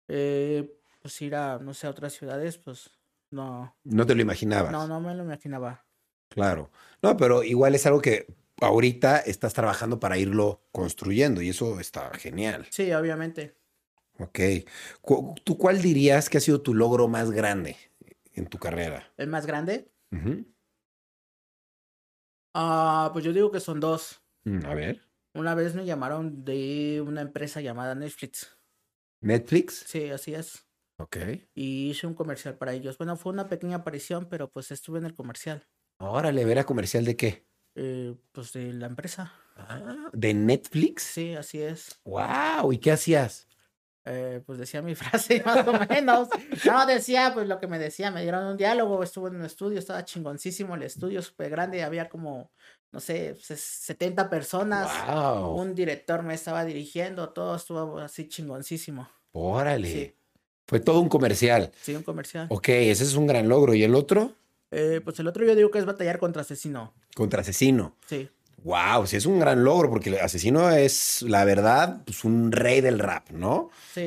S4: eh, pues ir a, no sé, a otras ciudades, pues no,
S3: No te lo imaginabas.
S4: no, no me lo imaginaba.
S3: Claro. No, pero igual es algo que ahorita estás trabajando para irlo construyendo y eso está genial.
S4: Sí, obviamente.
S3: Ok. Cu- ¿Tú cuál dirías que ha sido tu logro más grande en tu carrera?
S4: ¿El más grande?
S3: Ujú.
S4: Ah, pues yo digo que son dos.
S3: Mm, A ver.
S4: Una vez me llamaron de una empresa llamada Netflix.
S3: Netflix.
S4: Sí, así es.
S3: Ok.
S4: Y hice un comercial para ellos. Bueno, fue una pequeña aparición, pero pues estuve en el comercial.
S3: Órale, ¿verá comercial de qué?
S4: eh, pues de la empresa.
S3: ¿De Netflix?
S4: Sí, así es.
S3: ¡Wow! ¿Y qué hacías?
S4: Eh, pues decía mi frase más o menos. No, decía pues lo que me decía. Me dieron un diálogo, estuve en un estudio, estaba chingoncísimo el estudio, súper grande. Había como, no sé, ses- 70 personas.
S3: ¡Wow!
S4: Un director me estaba dirigiendo, todo estuvo así chingoncísimo.
S3: Órale.
S4: Sí.
S3: Fue todo un comercial.
S4: Sí, un comercial.
S3: Ok, ese es un gran logro. ¿Y el otro?
S4: Eh, pues el otro yo digo que es batallar contra asesino.
S3: Contra asesino.
S4: Sí,
S3: Wow, sí es un gran logro porque el asesino es, la verdad, pues un rey del rap, ¿no?
S4: sí,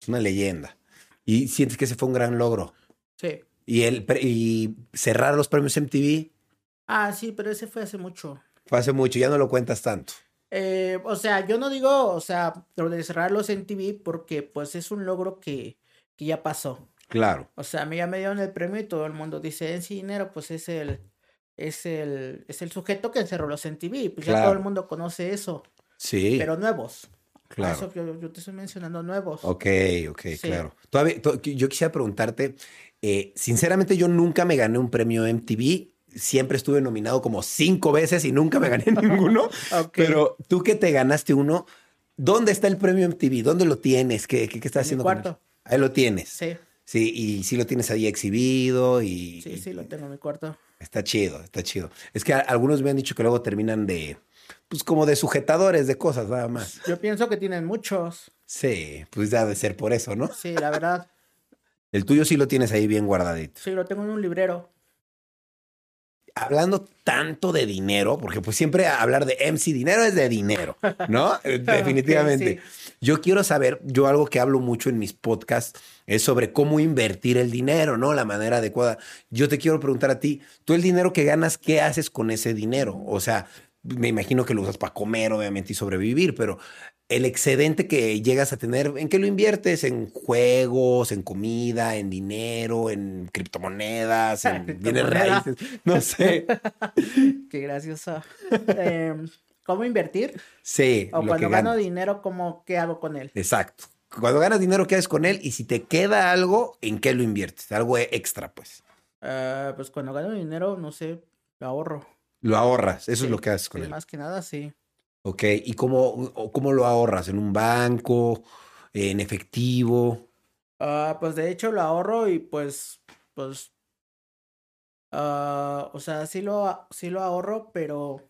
S3: Es una leyenda. Y sientes que ese fue un gran logro.
S4: sí.
S3: Y, el, pre- y cerrar los premios MTV
S4: Ah, sí, pero ese fue hace mucho.
S3: fue hace mucho, ya no lo cuentas tanto.
S4: Eh, o sea, yo no digo, o sea, lo de cerrarlos en TV porque pues es un logro que, que ya pasó.
S3: Claro.
S4: O sea, a mí ya me dieron el premio y todo el mundo dice, en dinero, pues es el, es el, es el sujeto que encerró los en TV. Pues ya todo
S3: Claro.
S4: el mundo conoce eso,
S3: Sí,
S4: pero nuevos. A
S3: claro.
S4: Eso que yo, yo te estoy mencionando nuevos.
S3: Ok, ok,
S4: Sí.
S3: claro. Todavía, to- yo quisiera preguntarte, eh, sinceramente yo nunca me gané un premio MTV, siempre estuve nominado como cinco veces y nunca me gané ninguno,
S4: Ok.
S3: pero tú que te ganaste uno, ¿dónde está el premio MTV? ¿Dónde lo tienes? ¿Qué, qué, qué estás
S4: En mi
S3: haciendo? con él?
S4: cuarto.
S3: Ahí lo tienes. Sí.
S4: Sí,
S3: y sí lo tienes ahí exhibido y,
S4: sí,
S3: y-
S4: sí, lo tengo en mi cuarto.
S3: Está chido, está chido. Es que a- algunos me han dicho que luego terminan de, pues como de sujetadores de cosas nada más.
S4: Yo pienso que tienen muchos.
S3: Sí, pues ya de ser por eso, ¿no?
S4: Sí, la verdad.
S3: El tuyo sí lo tienes ahí bien guardadito.
S4: Sí, lo tengo en un librero.
S3: Hablando tanto de dinero, porque pues siempre hablar de MC dinero es de dinero, ¿no? Eh, Definitivamente. Yo quiero saber, yo algo que hablo mucho en mis podcasts es sobre cómo invertir el dinero, ¿no? La manera adecuada. Yo te quiero preguntar a ti, tú el dinero que ganas, ¿qué haces con ese dinero? O sea, me imagino que lo usas para comer, obviamente, y sobrevivir, pero el excedente que llegas a tener, ¿en qué lo inviertes? ¿En juegos, en comida, en dinero, en criptomonedas, en bienes
S4: Criptomonedas.
S3: raíces? No sé.
S4: Qué gracioso. Em, ¿Cómo invertir?
S3: Sí, lo
S4: O
S3: que
S4: cuando gano
S3: ganas.
S4: dinero, ¿cómo, ¿qué hago con él?
S3: Exacto. Cuando ganas dinero, ¿qué haces con él? Y si te queda algo, ¿en qué lo inviertes? Algo e- extra, pues.
S4: Eh, pues cuando gano dinero, no sé, lo ahorro.
S3: Lo ahorras, eso
S4: Sí,
S3: es lo que haces con
S4: sí,
S3: él.
S4: Más que nada, sí.
S3: Ok, ¿y cómo, o cómo lo ahorras? ¿En un banco? ¿En efectivo?
S4: Ah, pues de hecho lo ahorro y pues, pues, ah, o sea, sí lo, a- sí lo ahorro, pero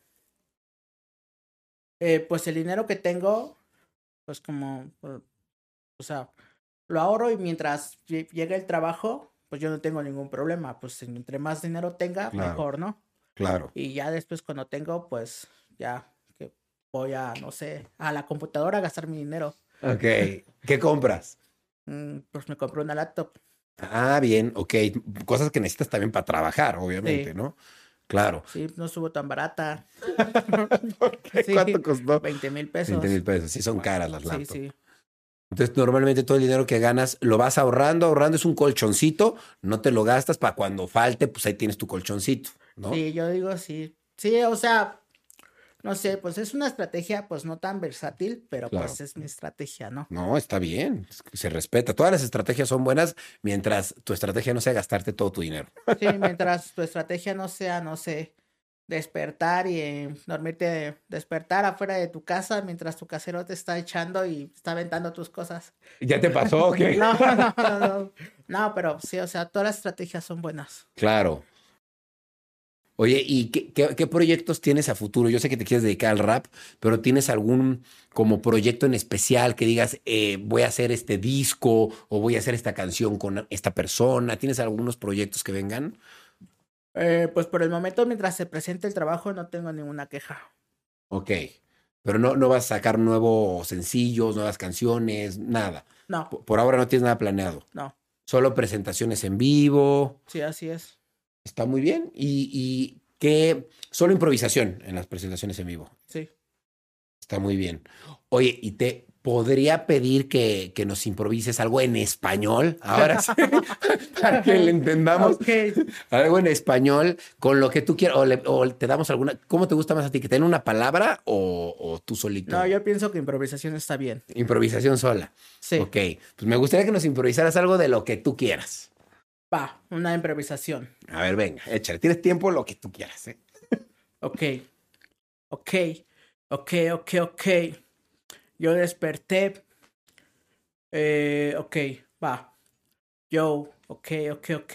S4: eh, pues el dinero que tengo, pues como, por- o sea, lo ahorro y mientras lle- llegue el trabajo, pues yo no tengo ningún problema. Pues entre más dinero tenga,
S3: Claro.
S4: mejor, ¿no?
S3: Claro.
S4: Y ya después cuando tengo, pues ya que voy a, no sé, a la computadora a gastar mi dinero.
S3: Ok, ¿qué compras?
S4: Mm, Pues me compré una laptop.
S3: Ah, bien, ok. Cosas que necesitas también para trabajar, obviamente,
S4: Sí.
S3: ¿no? Claro.
S4: Sí, no estuvo tan barata. Sí.
S3: ¿Cuánto costó?
S4: 20 mil
S3: 20
S4: pesos.
S3: mil pesos. Sí, son caras las
S4: Sí,
S3: laptops.
S4: sí.
S3: Entonces, normalmente todo el dinero que ganas lo vas ahorrando, ahorrando es un colchoncito, no te lo gastas para cuando falte, pues ahí tienes tu colchoncito, ¿no?
S4: Sí, yo digo sí. Sí, o sea, no sé, pues es una estrategia pues no tan versátil, pero
S3: Claro.
S4: pues es mi estrategia, ¿no?
S3: No, está bien, es que se respeta. Todas las estrategias son buenas mientras tu estrategia no sea gastarte todo tu dinero.
S4: Sí, mientras tu estrategia no sea, no sé, despertar y eh, dormirte, despertar afuera de tu casa mientras tu casero te está echando y está aventando tus cosas.
S3: ¿Ya te pasó o qué?
S4: No, no, no, no. No, pero sí, o sea, todas las estrategias son buenas.
S3: Claro. Oye, ¿y qué, qué- qué proyectos tienes a futuro? Yo sé que te quieres dedicar al rap, pero ¿tienes algún como proyecto en especial que digas, eh, voy a hacer este disco o voy a hacer esta canción con esta persona? ¿Tienes algunos proyectos que vengan?
S4: Eh, pues por el momento, mientras se presente el trabajo, no tengo ninguna queja.
S3: Ok, pero no, no vas a sacar nuevos sencillos, nuevas canciones, nada.
S4: No,
S3: Por, por ahora no tienes nada planeado.
S4: no,
S3: Solo presentaciones en vivo.
S4: sí, así es.
S3: Está muy bien. Y, y que solo improvisación en las presentaciones en vivo.
S4: Sí,
S3: Está muy bien. Oye, y te podría pedir que, que nos improvises algo en español, ahora sí, para que le entendamos
S4: Ok.
S3: algo en español con lo que tú quieras, o, le- o te damos alguna, ¿cómo te gusta más a ti? ¿Que te den una palabra o, o tú solito?
S4: No, yo pienso que improvisación está bien.
S3: Improvisación sola.
S4: Sí,
S3: Ok, pues me gustaría que nos improvisaras algo de lo que tú quieras.
S4: va, una improvisación.
S3: A ver, venga, échale, tienes tiempo lo que tú quieras, ¿eh?
S4: Ok, ok, ok, ok, ok. Yo desperté. Eh, ok, va. Yo, ok, ok, ok.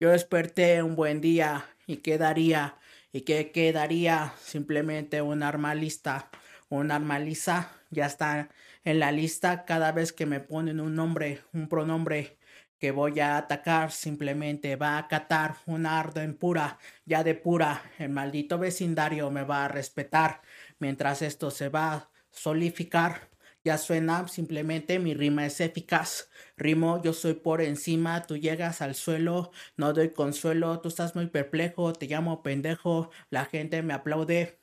S4: Yo desperté un buen día y quedaría, y que quedaría simplemente un arma lista. Un arma lisa ya está en la lista cada vez que me ponen un nombre, un pronombre que voy a atacar, simplemente va a acatar un ardo en pura, ya de pura, el maldito vecindario me va a respetar, mientras esto se va a solidificar, ya suena, simplemente mi rima es eficaz, rimo yo soy por encima, tú llegas al suelo, no doy consuelo, tú estás muy perplejo, te llamo pendejo, la gente me aplaude,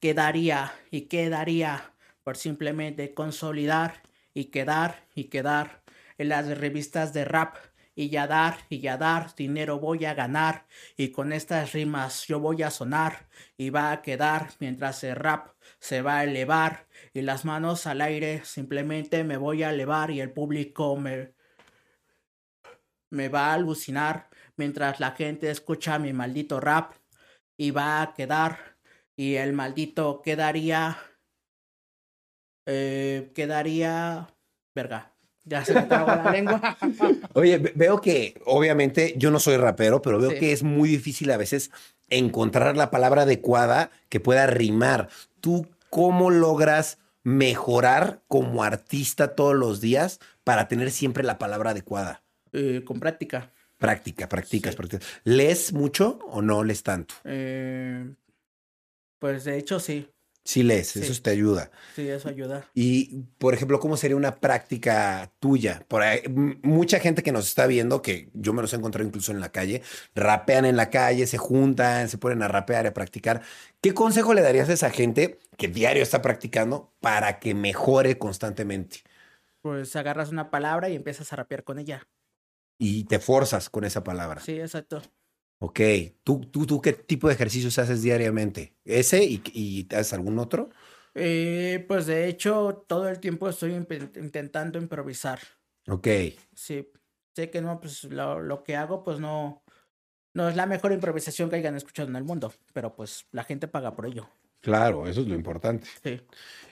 S4: quedaría y quedaría por simplemente consolidar y quedar y quedar en las revistas de rap y ya dar y ya dar dinero voy a ganar y con estas rimas yo voy a sonar y va a quedar mientras el rap se va a elevar y las manos al aire simplemente me voy a elevar y el público me me va a alucinar mientras la gente escucha mi maldito rap y va a quedar y el maldito quedaría eh, quedaría verga ya se me trabó la lengua
S3: Oye, ve- veo que, obviamente, yo no soy rapero, pero veo
S4: Sí.
S3: que es muy difícil a veces encontrar la palabra adecuada que pueda rimar. ¿Tú cómo logras mejorar como artista todos los días para tener siempre la palabra adecuada?
S4: Eh, con práctica
S3: Práctica, practicas,
S4: Sí.
S3: practicas. ¿Lees mucho o no lees tanto?
S4: Eh, pues de hecho sí,
S3: Sí lees,
S4: Sí.
S3: eso te ayuda.
S4: sí, eso ayuda.
S3: Y, por ejemplo, ¿cómo sería una práctica tuya? Por ahí, m- mucha gente que nos está viendo, que yo me los he encontrado incluso en la calle, rapean en la calle, se juntan, se ponen a rapear, a practicar. ¿Qué consejo le darías a esa gente que diario está practicando para que mejore constantemente?
S4: Pues agarras una palabra y empiezas a rapear con ella.
S3: Y te forzas con esa palabra.
S4: Sí, exacto.
S3: Ok, ¿Tú, tú, ¿tú qué tipo de ejercicios haces diariamente? ¿Ese y, y haces algún otro?
S4: Eh, pues de hecho, todo el tiempo estoy imp- intentando improvisar.
S3: Ok,
S4: Sí, sé que no, pues lo, lo que hago, pues no, no es la mejor improvisación que hayan escuchado en el mundo, pero pues la gente paga por ello.
S3: claro, eso es lo importante.
S4: Sí.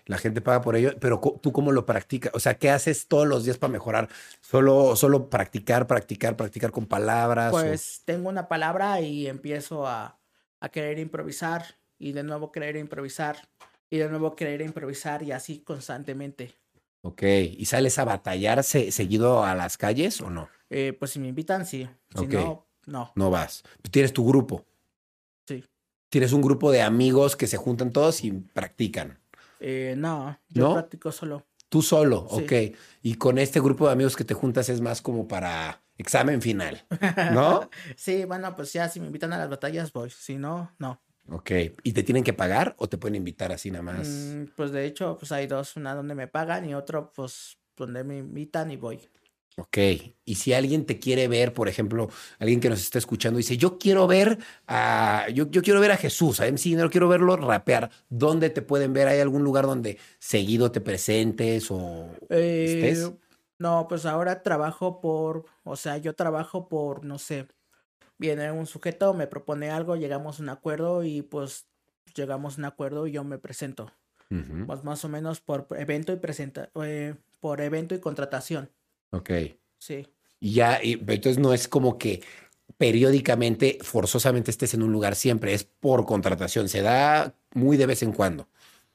S3: La gente paga por ello, pero co- ¿tú cómo lo practicas? O sea, ¿qué haces todos los días para mejorar? Solo, solo practicar, practicar, practicar con palabras. o-
S4: Pues tengo una palabra y empiezo a, a querer improvisar y de nuevo querer improvisar y de nuevo querer improvisar y así constantemente.
S3: Ok. ¿Y sales a batallar se- seguido a las calles o no?
S4: Eh, pues si me invitan, sí. Si
S3: Ok.
S4: no, no.
S3: No vas. Tienes tu grupo.
S4: Sí.
S3: Tienes un grupo de amigos que se juntan todos y practican.
S4: Eh, no, yo
S3: ¿No?
S4: practico solo.
S3: Tú solo,
S4: Sí.
S3: ok. Y con este grupo de amigos que te juntas es más como para examen final, ¿no?
S4: Sí, bueno, pues ya si me invitan a las batallas voy. Si no, no.
S3: ok. ¿Y te tienen que pagar o te pueden invitar así nada más?
S4: Mm, pues de hecho, pues hay dos, una donde me pagan y otro pues donde me invitan y voy.
S3: Ok, y si alguien te quiere ver, por ejemplo, alguien que nos está escuchando dice, yo quiero ver a, yo, yo quiero ver a Jesús, a MC, no quiero verlo rapear, ¿dónde te pueden ver? ¿Hay algún lugar donde seguido te presentes o
S4: Eh,
S3: estés?
S4: no, pues ahora trabajo por, o sea, yo trabajo por, no sé, viene un sujeto, me propone algo, llegamos a un acuerdo y pues llegamos a un acuerdo y yo me presento.
S3: Ujú.
S4: Más, más o menos por evento y presenta, eh, por evento y contratación.
S3: Ok.
S4: Sí.
S3: Y ya, y- entonces no es como que periódicamente, forzosamente estés en un lugar siempre, es por contratación, se da muy de vez en cuando.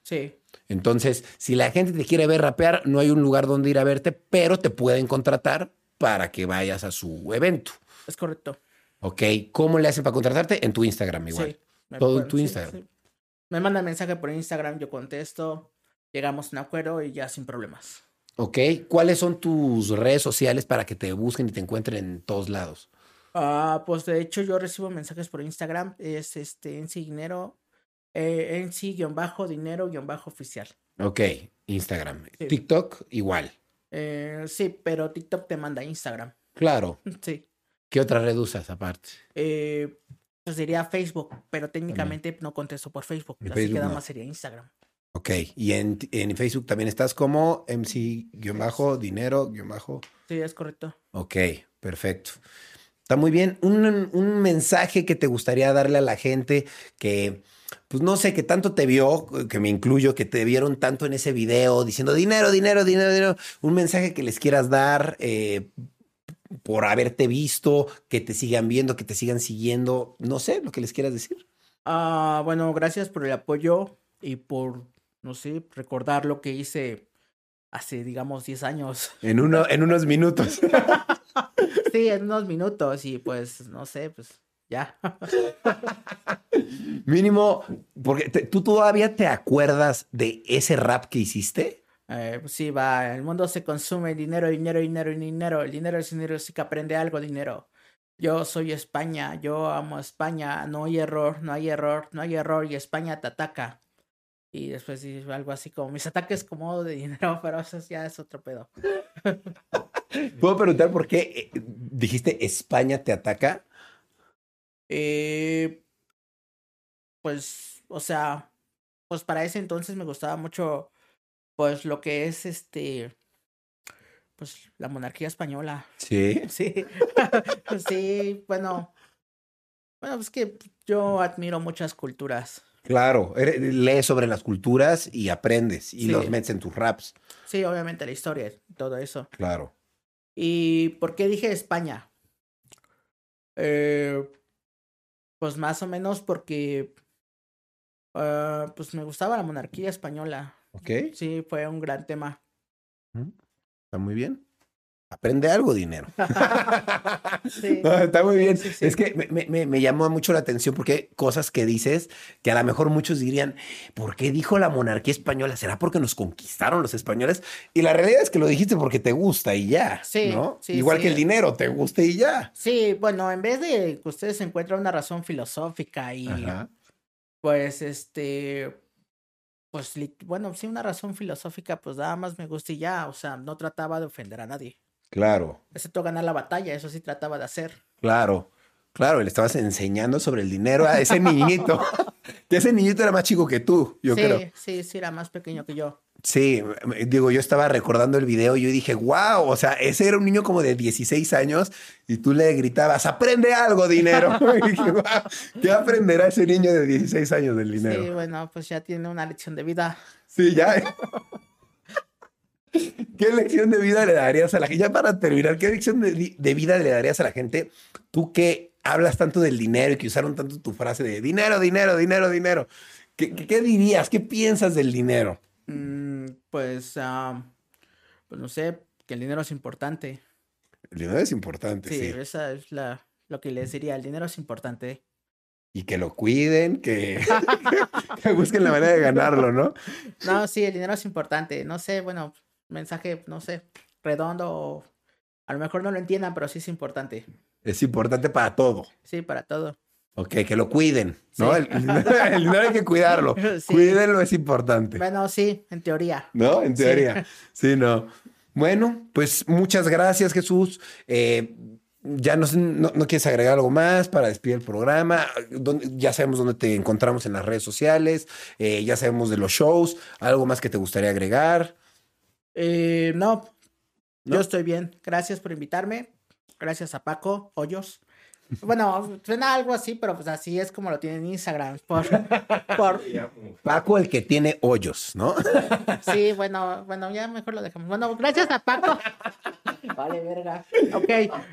S4: Sí.
S3: Entonces, si la gente te quiere ver rapear, no hay un lugar donde ir a verte, pero te pueden contratar para que vayas a su evento.
S4: Es correcto.
S3: Ok, ¿cómo le hacen para contratarte? En tu Instagram igual.
S4: Sí, me
S3: Todo en
S4: pueden-
S3: tu
S4: sí,
S3: Instagram.
S4: sí. Me manda mensaje por Instagram, yo contesto, llegamos a un acuerdo y ya sin problemas.
S3: Ok, ¿cuáles son tus redes sociales para que te busquen y te encuentren en todos lados?
S4: Ah, pues de hecho yo recibo mensajes por Instagram, es este en sí dinero, eh, en sí guión bajo dinero guión bajo oficial.
S3: Ok, Instagram.
S4: Sí.
S3: TikTok igual.
S4: Eh, sí, pero TikTok te manda Instagram.
S3: Claro.
S4: Sí.
S3: ¿Qué otras redes usas aparte?
S4: Eh, pues diría Facebook, pero técnicamente no contesto por Facebook,
S3: En
S4: así
S3: Facebook
S4: que nada
S3: no.
S4: más sería Instagram.
S3: Ok, y en, en Facebook también estás como MC-dinero-bajo.
S4: Sí, es correcto.
S3: Ok, perfecto. Está muy bien. Un, un mensaje que te gustaría darle a la gente que, pues no sé, que tanto te vio, que me incluyo, que te vieron tanto en ese video diciendo dinero, dinero, dinero, dinero. Un mensaje que les quieras dar eh, por haberte visto, que te sigan viendo, que te sigan siguiendo. No sé, lo que les quieras decir.
S4: Ah, bueno, gracias por el apoyo y por, no sé, recordar lo que hice hace, digamos, 10 años.
S3: En, uno, en unos minutos.
S4: Sí, en unos minutos y pues, no sé, pues ya.
S3: Mínimo, porque te- tú todavía te acuerdas de ese rap que hiciste.
S4: Eh, sí, va, el mundo se consume dinero, dinero, dinero, dinero. El dinero es dinero, sí que aprende algo, dinero. Yo soy España, yo amo a España, no hay error, no hay error, no hay error y España te ataca. Y después dice algo así como mis ataques como de dinero, pero eso ya es otro pedo.
S3: ¿Puedo preguntar por qué eh, dijiste España te ataca?
S4: Eh, pues, o sea, pues para ese entonces me gustaba mucho, pues lo que es este, pues la monarquía española.
S3: Sí.
S4: Sí, sí, bueno, bueno, pues que yo admiro muchas culturas.
S3: Claro, eres- lees sobre las culturas y aprendes y
S4: Sí.
S3: los metes en tus raps.
S4: Sí, obviamente la historia, todo eso.
S3: Claro.
S4: ¿Y por qué dije España? Eh, pues más o menos porque, ah, pues me gustaba la monarquía española.
S3: Ok,
S4: Sí, fue un gran tema.
S3: está muy bien. Aprende algo, dinero.
S4: Sí.
S3: No, está muy bien.
S4: Sí, sí.
S3: Es que me, me- me- me llamó mucho la atención porque hay cosas que dices que a lo mejor muchos dirían, ¿por qué dijo la monarquía española? ¿Será porque nos conquistaron los españoles? Y la realidad es que lo dijiste porque te gusta y ya.
S4: Sí,
S3: ¿no?
S4: sí,
S3: Igual
S4: sí.
S3: que el dinero, te gusta y ya.
S4: Sí, bueno, en vez de que ustedes encuentren una razón filosófica y
S3: Ajá.
S4: pues este, pues li- bueno, sí, una razón filosófica, pues nada más me gusta y ya, o sea, no trataba de ofender a nadie,
S3: Claro.
S4: excepto ganar la batalla, eso sí trataba de hacer.
S3: Claro, claro, le estabas enseñando sobre el dinero a ese niñito. que ese niñito era más chico que tú, yo
S4: sí,
S3: creo.
S4: sí, sí, era más pequeño que yo.
S3: Sí, m- digo, yo estaba recordando el video y yo dije, wow, o sea, ese era un niño como de 16 años y tú le gritabas, aprende algo, dinero. Y dije, "Guau, ¿qué aprenderá ese niño de 16 años del dinero?
S4: Sí, bueno, pues ya tiene una lección de vida.
S3: Sí, ya. ¿Qué lección de vida le darías a la gente? Ya para terminar, ¿qué lección de, di- de vida le darías a la gente? Tú que hablas tanto del dinero y que usaron tanto tu frase de dinero, dinero, dinero, dinero. ¿Qué, qué- qué dirías? ¿Qué piensas del dinero?
S4: Mm, pues, ah, pues no sé, que el dinero es importante.
S3: El dinero es importante,
S4: Sí,
S3: sí.
S4: esa es la, lo que les diría, el dinero es importante.
S3: Y que lo cuiden, que, que busquen la manera de ganarlo, ¿no?
S4: No, sí, el dinero es importante. No sé, bueno, mensaje, no sé, redondo. o A lo mejor no lo entiendan, pero sí es importante.
S3: Es importante para todo.
S4: Sí, para todo.
S3: Ok, que lo cuiden, ¿no?
S4: Sí.
S3: El, el dinero, el dinero hay que cuidarlo.
S4: Sí.
S3: Cuídenlo, es importante.
S4: Bueno, sí, en teoría.
S3: ¿No? En
S4: Sí.
S3: teoría. Sí, no. Bueno, pues muchas gracias, Jesús. Eh, ya no, sé- no, no quieres agregar algo más para despedir el programa. ¿Dónde- ya sabemos dónde te encontramos en las redes sociales. eh, ya sabemos de los shows. ¿Algo más que te gustaría agregar?
S4: Eh, no,
S3: ¿No?
S4: yo estoy bien. Gracias por invitarme. Gracias a Paco Hoyos. Bueno, suena algo así, pero pues así es como lo tiene en Instagram. Por, por,
S3: Paco el que tiene hoyos, ¿no?
S4: sí, bueno, bueno, ya mejor lo dejamos. Bueno, gracias a Paco. Vale, verga. Ok,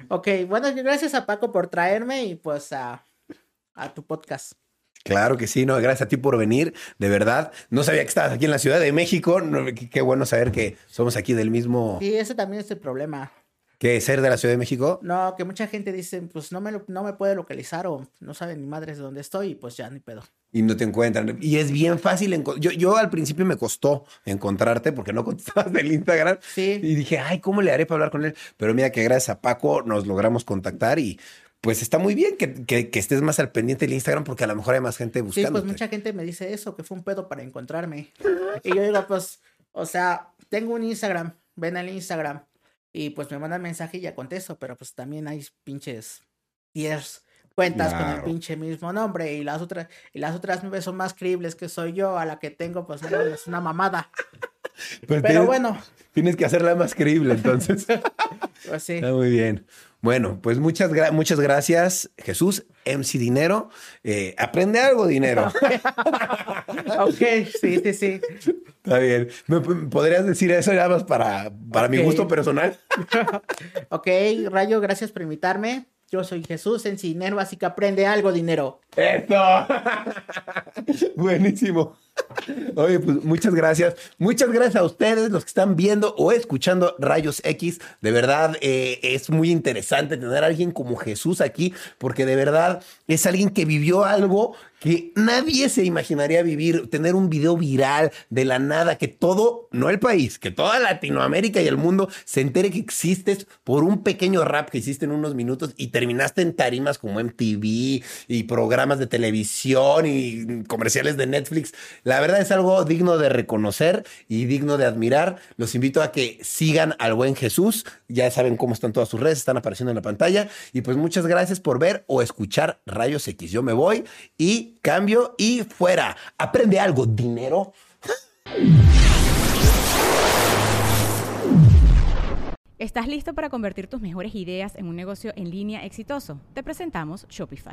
S4: ok. Bueno, gracias a Paco por traerme y pues a, a tu podcast.
S3: Claro que sí, no, gracias a ti por venir, de verdad. No sabía que estabas aquí en la Ciudad de México, no, qué, qué bueno saber que somos aquí del mismo
S4: Sí, ese también es el problema.
S3: que ser de la Ciudad de México.
S4: No, que mucha gente dice, pues no me, lo- no me puede localizar o no sabe ni madres de dónde estoy y pues ya ni pedo.
S3: Y no te encuentran. Y es bien fácil. enco- Yo, yo al principio me costó encontrarte porque no contestabas del Instagram.
S4: Sí.
S3: Y dije, ay, ¿cómo le haré para hablar con él? Pero mira que gracias a Paco nos logramos contactar y pues está muy bien que, que- que estés más al pendiente del Instagram porque a lo mejor hay más gente
S4: Sí,
S3: buscándote.
S4: pues mucha gente me dice eso, que fue un pedo para encontrarme. Y yo digo, pues, o sea, tengo un Instagram, ven al Instagram. Y pues me mandan mensaje y ya contesto, pero pues también hay pinches 10 cuentas con el
S3: Claro.
S4: pinche mismo nombre y las otras y las otras nueve son más creíbles que soy yo, a la que tengo pues no, es una mamada.
S3: Pues
S4: Pero
S3: tienes-
S4: bueno,
S3: Tienes que hacerla más creíble, entonces.
S4: pues sí.
S3: Está muy bien. Bueno, pues muchas, gra- muchas gracias, Jesús, MC Dinero. Eh, aprende algo, dinero.
S4: Ok, sí, sí, sí.
S3: Está bien. ¿Me p- podrías decir eso nada más para, para mi
S4: Ok.
S3: gusto personal?
S4: Ok, Rayo, gracias por invitarme. Yo soy Jesús en Dinero, así que aprende algo, dinero.
S3: ¡Eso! Buenísimo. Oye, pues muchas gracias. Muchas gracias a ustedes, los que están viendo o escuchando Rayos X. De verdad, eh, es muy interesante tener a alguien como Jesús aquí, porque de verdad es alguien que vivió algo que nadie se imaginaría vivir. Tener un video viral de la nada, que todo, no el país, que toda Latinoamérica y el mundo se entere que existes por un pequeño rap que hiciste en unos minutos y terminaste en tarimas como MTV y programas de televisión y comerciales de Netflix. La verdad es algo digno de reconocer y digno de admirar. Los invito a que sigan al buen Jesús. Ya saben cómo están todas sus redes, están apareciendo en la pantalla. Y pues muchas gracias por ver o escuchar Rayos X. Yo me voy y cambio y fuera. Aprende algo, dinero.
S2: ¿Estás listo para convertir tus mejores ideas en un negocio en línea exitoso? Te presentamos Shopify.